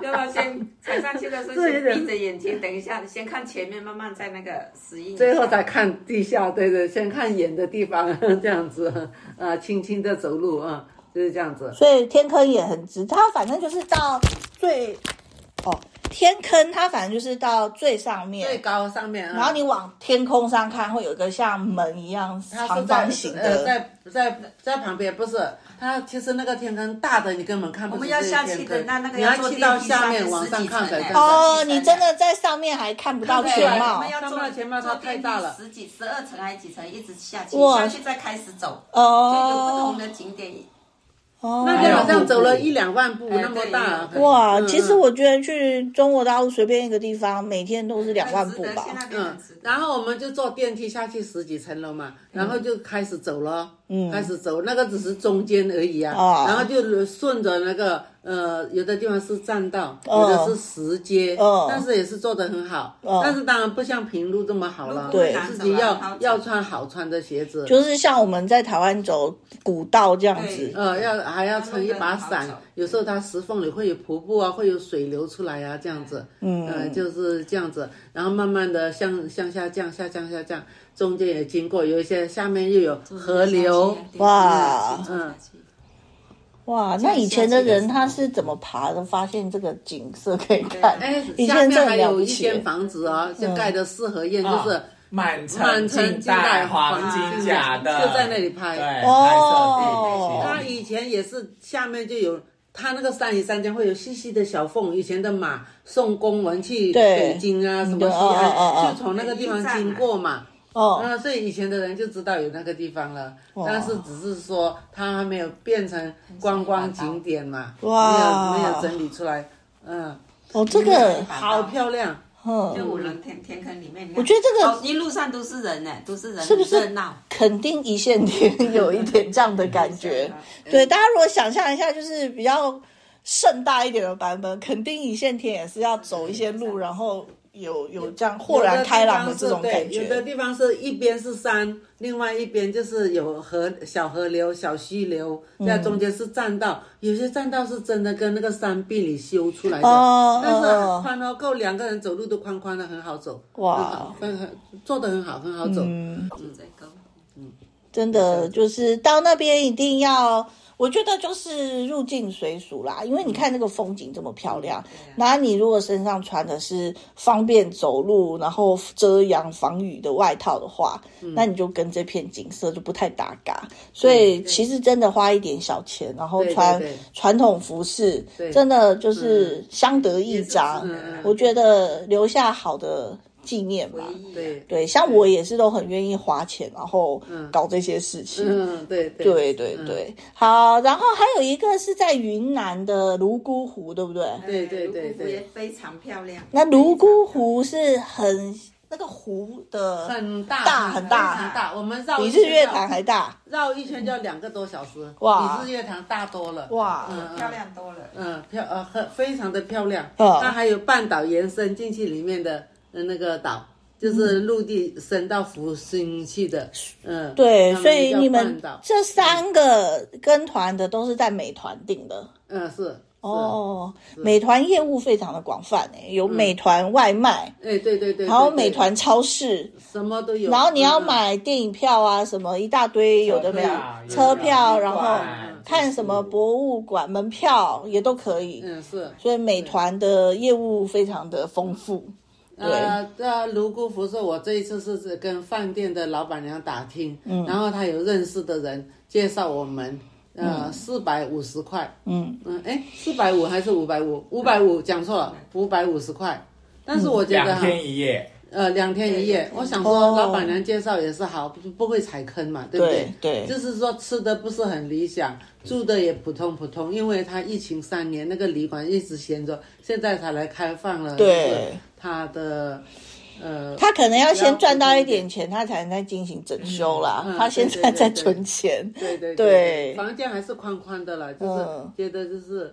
[SPEAKER 4] 要不要 先踩上去的时候
[SPEAKER 3] 这有
[SPEAKER 4] 先
[SPEAKER 3] 点
[SPEAKER 4] 闭着眼睛，等一下，先看前面，慢慢再那个适应一下。
[SPEAKER 3] 最后再看地下，对对，先看远的地方， 这样子，啊，轻轻的走路啊，就是这样子。
[SPEAKER 1] 所以天坑也很直，它反正就是到最哦，天坑它反正就是到最上
[SPEAKER 3] 最
[SPEAKER 1] 面，
[SPEAKER 3] 高上面啊，
[SPEAKER 1] 然后你往天空上看，会有一个像门一样
[SPEAKER 3] 它是
[SPEAKER 1] 长
[SPEAKER 3] 在
[SPEAKER 1] 方形
[SPEAKER 3] 呃，
[SPEAKER 1] 的。
[SPEAKER 3] 在在在旁边，不是它其实那个天坑大的，你根本看不
[SPEAKER 4] 我
[SPEAKER 3] 清
[SPEAKER 4] 们
[SPEAKER 3] 这
[SPEAKER 4] 要
[SPEAKER 3] 个
[SPEAKER 4] 下
[SPEAKER 3] 天
[SPEAKER 4] 去
[SPEAKER 3] 坑
[SPEAKER 4] 的那那个
[SPEAKER 3] 你
[SPEAKER 4] 要
[SPEAKER 3] 要
[SPEAKER 4] 坐
[SPEAKER 3] 去
[SPEAKER 4] 电
[SPEAKER 3] 到
[SPEAKER 4] 梯
[SPEAKER 3] 下
[SPEAKER 4] 上
[SPEAKER 3] 面
[SPEAKER 4] 去
[SPEAKER 3] 往
[SPEAKER 4] 十
[SPEAKER 3] 上
[SPEAKER 4] 几
[SPEAKER 3] 看
[SPEAKER 4] 层
[SPEAKER 3] 才
[SPEAKER 4] 嘞
[SPEAKER 3] 看到。
[SPEAKER 1] 哦，你真的在上面还看不到全
[SPEAKER 4] 我
[SPEAKER 1] 貌
[SPEAKER 4] 们。要
[SPEAKER 3] 上
[SPEAKER 4] 坐
[SPEAKER 3] 面前面它
[SPEAKER 4] 坐
[SPEAKER 3] 太
[SPEAKER 4] 电梯
[SPEAKER 3] 大了
[SPEAKER 4] 十几、十二层还是几层，一直下去，
[SPEAKER 1] 哇
[SPEAKER 4] 下去再开始走，就有不
[SPEAKER 1] 哦
[SPEAKER 4] 同的景点。
[SPEAKER 1] 哦，
[SPEAKER 3] 那
[SPEAKER 2] 个
[SPEAKER 3] 天好像走了一两万步，那么大。
[SPEAKER 4] 哎对
[SPEAKER 1] 哇，
[SPEAKER 3] 嗯
[SPEAKER 1] 其实我觉得去中国大陆随便一个地方，每天都是两万
[SPEAKER 4] 很值
[SPEAKER 1] 步
[SPEAKER 4] 得
[SPEAKER 1] 吧
[SPEAKER 4] 去。那边
[SPEAKER 3] 嗯
[SPEAKER 4] 很值，得
[SPEAKER 3] 然后我们就坐电梯下去十几层楼嘛，然后就开始走了，
[SPEAKER 1] 嗯
[SPEAKER 3] 开始走，那个只是中间而已啊，
[SPEAKER 1] 哦
[SPEAKER 3] 然后就顺着那个呃，有的地方是栈道，
[SPEAKER 1] 哦
[SPEAKER 3] 有的是石阶，
[SPEAKER 1] 哦
[SPEAKER 3] 但是也是做的很好，
[SPEAKER 1] 哦
[SPEAKER 3] 但是当然不像平路这么好了，
[SPEAKER 4] 路
[SPEAKER 1] 对
[SPEAKER 3] 自己要
[SPEAKER 4] 很难走啊
[SPEAKER 3] 要穿好穿的鞋子，
[SPEAKER 1] 就是像我们在台湾走古道这样子，
[SPEAKER 3] 呃，要还要撑一把伞
[SPEAKER 4] 路很好走，
[SPEAKER 3] 有时候它石缝里会有瀑布啊，会有水流出来啊，这样子，
[SPEAKER 1] 嗯
[SPEAKER 3] 呃，就是这样子，然后慢慢的向向下降，下降下降，中间也经过有一些下面又有河流，
[SPEAKER 1] 哇
[SPEAKER 3] 嗯，
[SPEAKER 1] 哇，那以前的人他是怎么爬的？发现这个景色可以看，
[SPEAKER 3] 哎，
[SPEAKER 1] 以
[SPEAKER 3] 下
[SPEAKER 1] 前
[SPEAKER 3] 面
[SPEAKER 1] 真
[SPEAKER 3] 还
[SPEAKER 1] 的了
[SPEAKER 3] 有
[SPEAKER 1] 不
[SPEAKER 3] 一
[SPEAKER 1] 起嗯
[SPEAKER 3] 间。房子啊，就盖的四合院，
[SPEAKER 2] 嗯
[SPEAKER 3] 就是
[SPEAKER 2] 满
[SPEAKER 3] 满
[SPEAKER 2] 城
[SPEAKER 3] 城
[SPEAKER 2] 尽
[SPEAKER 3] 尽带
[SPEAKER 2] 带黄
[SPEAKER 3] 黄
[SPEAKER 2] 金
[SPEAKER 3] 金
[SPEAKER 2] 甲
[SPEAKER 3] 甲
[SPEAKER 2] 的，
[SPEAKER 3] 就在那里拍
[SPEAKER 2] 对，
[SPEAKER 1] 哦
[SPEAKER 2] 拍摄
[SPEAKER 3] 他
[SPEAKER 2] 地景
[SPEAKER 3] 以前也是下面就有，他那个山里山间会有细细的小缝。以前的马送公文去
[SPEAKER 1] 对
[SPEAKER 3] 北京啊，什么西
[SPEAKER 1] 哦哦哦
[SPEAKER 3] 安，
[SPEAKER 1] 哦
[SPEAKER 3] 就从那个地方经过嘛。
[SPEAKER 1] 哦，
[SPEAKER 3] 啊，所以以前的人就知道有那个地方了，但是只是说它还没有变成观光景点嘛，
[SPEAKER 1] 哇
[SPEAKER 3] 没有没有整理出来，嗯，
[SPEAKER 1] 哦，这个，
[SPEAKER 3] 好漂亮，
[SPEAKER 4] 就
[SPEAKER 1] 嗯，
[SPEAKER 4] 五轮天天坑里面，
[SPEAKER 1] 我觉得这个
[SPEAKER 4] 好一路上都是人呢，都是人，
[SPEAKER 1] 是不是
[SPEAKER 4] 很热闹？
[SPEAKER 1] 肯定一线 天有一点这样的感觉。
[SPEAKER 3] 啊
[SPEAKER 1] 对，大家如果想象一下，就是比较盛大一点的版本，肯定一线天也是要走一些
[SPEAKER 3] 嗯
[SPEAKER 1] 路，
[SPEAKER 3] 啊
[SPEAKER 1] 然后有有这样豁然开朗的这种感
[SPEAKER 3] 有的
[SPEAKER 1] 觉。
[SPEAKER 3] 地方是一边是山，另外一边就是有河、小河流、小溪流，
[SPEAKER 1] 嗯
[SPEAKER 3] 在中间是栈道。有些栈道是真的跟那个山壁里修出来的，
[SPEAKER 1] 哦
[SPEAKER 3] 但是
[SPEAKER 1] 哦哦
[SPEAKER 3] 宽哦，够两个人走路都宽宽的，很好走。
[SPEAKER 1] 哇
[SPEAKER 3] 很好很很做的很好，很好走。
[SPEAKER 1] 嗯，
[SPEAKER 4] 嗯，这个
[SPEAKER 1] 真的就是到那边一定要，我觉得就是入境随俗啦，因为你看那个风景这么漂亮，那你如果身上穿的是方便走路，然后遮阳防雨的外套的话，那你就跟这片景色就不太搭嘎。所以其实真的花一点小钱，然后
[SPEAKER 3] 对对
[SPEAKER 1] 穿
[SPEAKER 3] 对
[SPEAKER 1] 传统服饰，
[SPEAKER 3] 对
[SPEAKER 1] 真的就是相得益彰
[SPEAKER 3] 嗯嗯。
[SPEAKER 1] 我觉得留下好的纪念吧
[SPEAKER 4] 回。忆，
[SPEAKER 3] 对，
[SPEAKER 1] 对，像我也是都很愿意花钱，然后搞这些事情。
[SPEAKER 3] 嗯，对对
[SPEAKER 1] 对对
[SPEAKER 3] 嗯
[SPEAKER 1] 对，好，然后还有一个是在云南的泸沽湖，对不对？
[SPEAKER 3] 对对对
[SPEAKER 4] 泸沽湖
[SPEAKER 3] 对
[SPEAKER 4] 也非常漂亮。
[SPEAKER 1] 那泸沽湖是很那个湖的，
[SPEAKER 3] 很大
[SPEAKER 1] 大很大
[SPEAKER 3] 很大。我们绕
[SPEAKER 1] 比
[SPEAKER 3] 一
[SPEAKER 1] 日
[SPEAKER 3] 圈
[SPEAKER 1] 月
[SPEAKER 3] 绕
[SPEAKER 1] 潭还大。
[SPEAKER 3] 绕一圈就要两个多小时，
[SPEAKER 1] 哇
[SPEAKER 3] 比日月潭大多了。
[SPEAKER 1] 哇
[SPEAKER 3] 嗯嗯
[SPEAKER 4] 漂亮多了。
[SPEAKER 3] 嗯，漂呃很非常的漂亮，
[SPEAKER 1] 嗯
[SPEAKER 3] 它还有半岛延伸进去里面的呃那个岛，就是陆地伸到福星去的，嗯，
[SPEAKER 1] 对，
[SPEAKER 3] 他
[SPEAKER 1] 所以
[SPEAKER 3] 叫
[SPEAKER 1] 你
[SPEAKER 3] 半
[SPEAKER 1] 们
[SPEAKER 3] 岛
[SPEAKER 1] 这三个跟团的都是在美团订的
[SPEAKER 3] 嗯是哦，
[SPEAKER 1] 哦。美团业务非常的广泛诶、有美团外卖，
[SPEAKER 3] 哎对对对，
[SPEAKER 1] 然后
[SPEAKER 3] 对
[SPEAKER 1] 美
[SPEAKER 3] 对
[SPEAKER 1] 团超市，
[SPEAKER 3] 什么都有，
[SPEAKER 1] 然后你要
[SPEAKER 3] 嗯，啊
[SPEAKER 1] 买电影票啊，什么一大堆，有的没有车票，然后看什么博物馆门票也都可以。
[SPEAKER 3] 嗯是，
[SPEAKER 1] 所以美团的业务非常的丰富。
[SPEAKER 3] 呃，这泸沽湖是我这一次是跟饭店的老板娘打听，
[SPEAKER 2] 嗯
[SPEAKER 3] 然后她有认识的人介绍我们，呃，
[SPEAKER 2] 嗯
[SPEAKER 3] 四百五十块，
[SPEAKER 1] 嗯，
[SPEAKER 3] 嗯，哎，四百五还是五百五？五百五讲错了，五百五十块。但是我觉得
[SPEAKER 2] 两
[SPEAKER 3] 哈，
[SPEAKER 2] 天一夜，
[SPEAKER 3] 呃，两天一夜，我想
[SPEAKER 1] 哦
[SPEAKER 3] 说老板娘介绍也是好，不不会踩坑嘛，对不
[SPEAKER 1] 对对嗯
[SPEAKER 3] 就是说吃的不是很理想，住的也普通普通，因为他疫情三年那个旅馆一直闲着，现在才来开放了，
[SPEAKER 1] 对，
[SPEAKER 3] 他的呃，
[SPEAKER 1] 他可能要先赚到一点钱，他才能再进行整修啦。
[SPEAKER 3] 嗯嗯
[SPEAKER 1] 他现在在存钱。
[SPEAKER 3] 对对
[SPEAKER 1] 对
[SPEAKER 3] 房间还是宽宽的了，就是
[SPEAKER 1] 嗯
[SPEAKER 3] 觉得就是。呃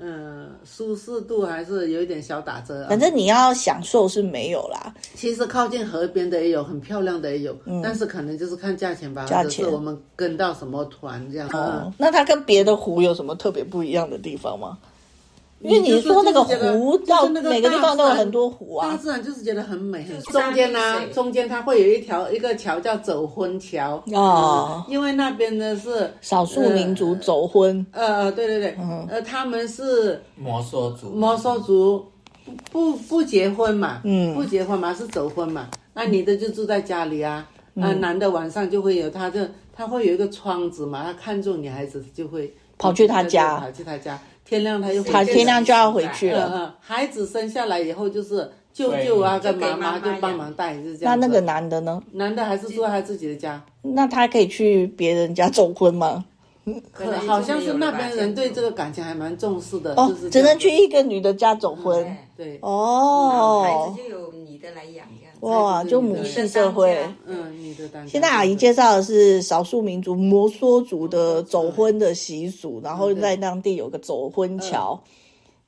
[SPEAKER 3] 嗯，舒适度还是有一点小打折啊。
[SPEAKER 1] 反正你要享受是没有啦，
[SPEAKER 3] 其实靠近河边的也有，很漂亮的也有，但是可能就是看价钱吧，
[SPEAKER 1] 嗯价
[SPEAKER 3] 或者是
[SPEAKER 1] 钱
[SPEAKER 3] 我们跟到什么团这样。
[SPEAKER 1] 哦
[SPEAKER 3] 嗯，
[SPEAKER 1] 那它跟别的湖有什么特别不一样的地方吗？因为你
[SPEAKER 3] 就
[SPEAKER 1] 说那个
[SPEAKER 3] 就是觉得
[SPEAKER 1] 湖
[SPEAKER 3] 就是
[SPEAKER 1] 到
[SPEAKER 3] 那
[SPEAKER 1] 每个地
[SPEAKER 3] 大
[SPEAKER 1] 方都有
[SPEAKER 3] 自然
[SPEAKER 1] 很多湖
[SPEAKER 3] 大
[SPEAKER 1] 啊，
[SPEAKER 3] 自然就是觉得很美，很
[SPEAKER 4] 就是
[SPEAKER 3] 中间呢、啊
[SPEAKER 4] 大地水
[SPEAKER 3] 中间它会有一条一个桥叫走婚桥
[SPEAKER 1] 哦
[SPEAKER 3] 嗯因为那边呢是
[SPEAKER 1] 少数民族走婚，
[SPEAKER 3] 呃呃对对对，
[SPEAKER 1] 嗯
[SPEAKER 3] 呃他们是
[SPEAKER 2] 摩梭族，
[SPEAKER 3] 摩梭族不不不结婚嘛，
[SPEAKER 1] 嗯
[SPEAKER 3] 不结婚嘛是走婚嘛，那女的就住在家里啊，
[SPEAKER 1] 嗯
[SPEAKER 3] 那、男的晚上就会有他就他会有一个窗子嘛，他看中女孩子就会
[SPEAKER 1] 跑去她家
[SPEAKER 3] 跑去他家，天亮他又回
[SPEAKER 1] 他
[SPEAKER 3] 去
[SPEAKER 1] 天亮就要回去
[SPEAKER 3] 嗯
[SPEAKER 1] 了。
[SPEAKER 3] 嗯，孩子生下来以后就是舅舅啊
[SPEAKER 2] 对
[SPEAKER 3] 跟妈妈
[SPEAKER 4] 就给妈妈
[SPEAKER 3] 就帮忙带，就是这
[SPEAKER 1] 那
[SPEAKER 3] 样子。
[SPEAKER 1] 那个男嗯的呢？
[SPEAKER 3] 男的还是住在他自己的家，
[SPEAKER 1] 那他可以去别人家走婚吗？
[SPEAKER 4] 可能
[SPEAKER 3] 呃好像是那
[SPEAKER 4] 就没有
[SPEAKER 3] 边
[SPEAKER 4] 了吧
[SPEAKER 3] 人对这个感情还蛮重视的，
[SPEAKER 1] 哦
[SPEAKER 3] 就是这，样
[SPEAKER 1] 只能去一个女的家走婚。
[SPEAKER 4] 哎
[SPEAKER 3] 对，
[SPEAKER 1] 哦
[SPEAKER 4] 孩，子就有你的来养这样子。
[SPEAKER 1] 哇，哦就母系社会。
[SPEAKER 3] 嗯，你的担
[SPEAKER 1] 现在阿姨介绍的是少数民族摩梭族
[SPEAKER 3] 嗯
[SPEAKER 1] 的走婚的习俗，然后在当地有个走婚桥。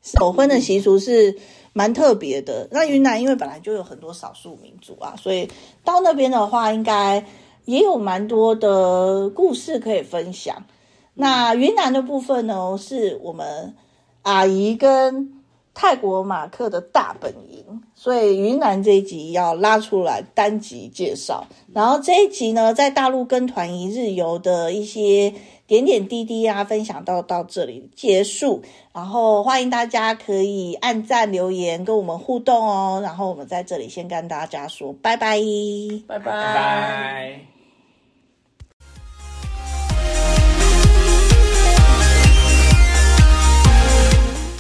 [SPEAKER 1] 走婚的习俗是蛮特别的。那云南因为本来就有很多少数民族啊，所以到那边的话，应该也有蛮多的故事可以分享。那云南的部分呢，是我们阿姨跟泰国马克的大本营，所以云南这一集要拉出来单集介绍。然后这一集呢，在大陆跟团一日游的一些点点滴滴啊，分享到到这里结束。然后欢迎大家可以按赞留言跟我们互动哦。然后我们在这里先跟大家说拜拜。
[SPEAKER 3] 拜拜
[SPEAKER 2] 拜拜。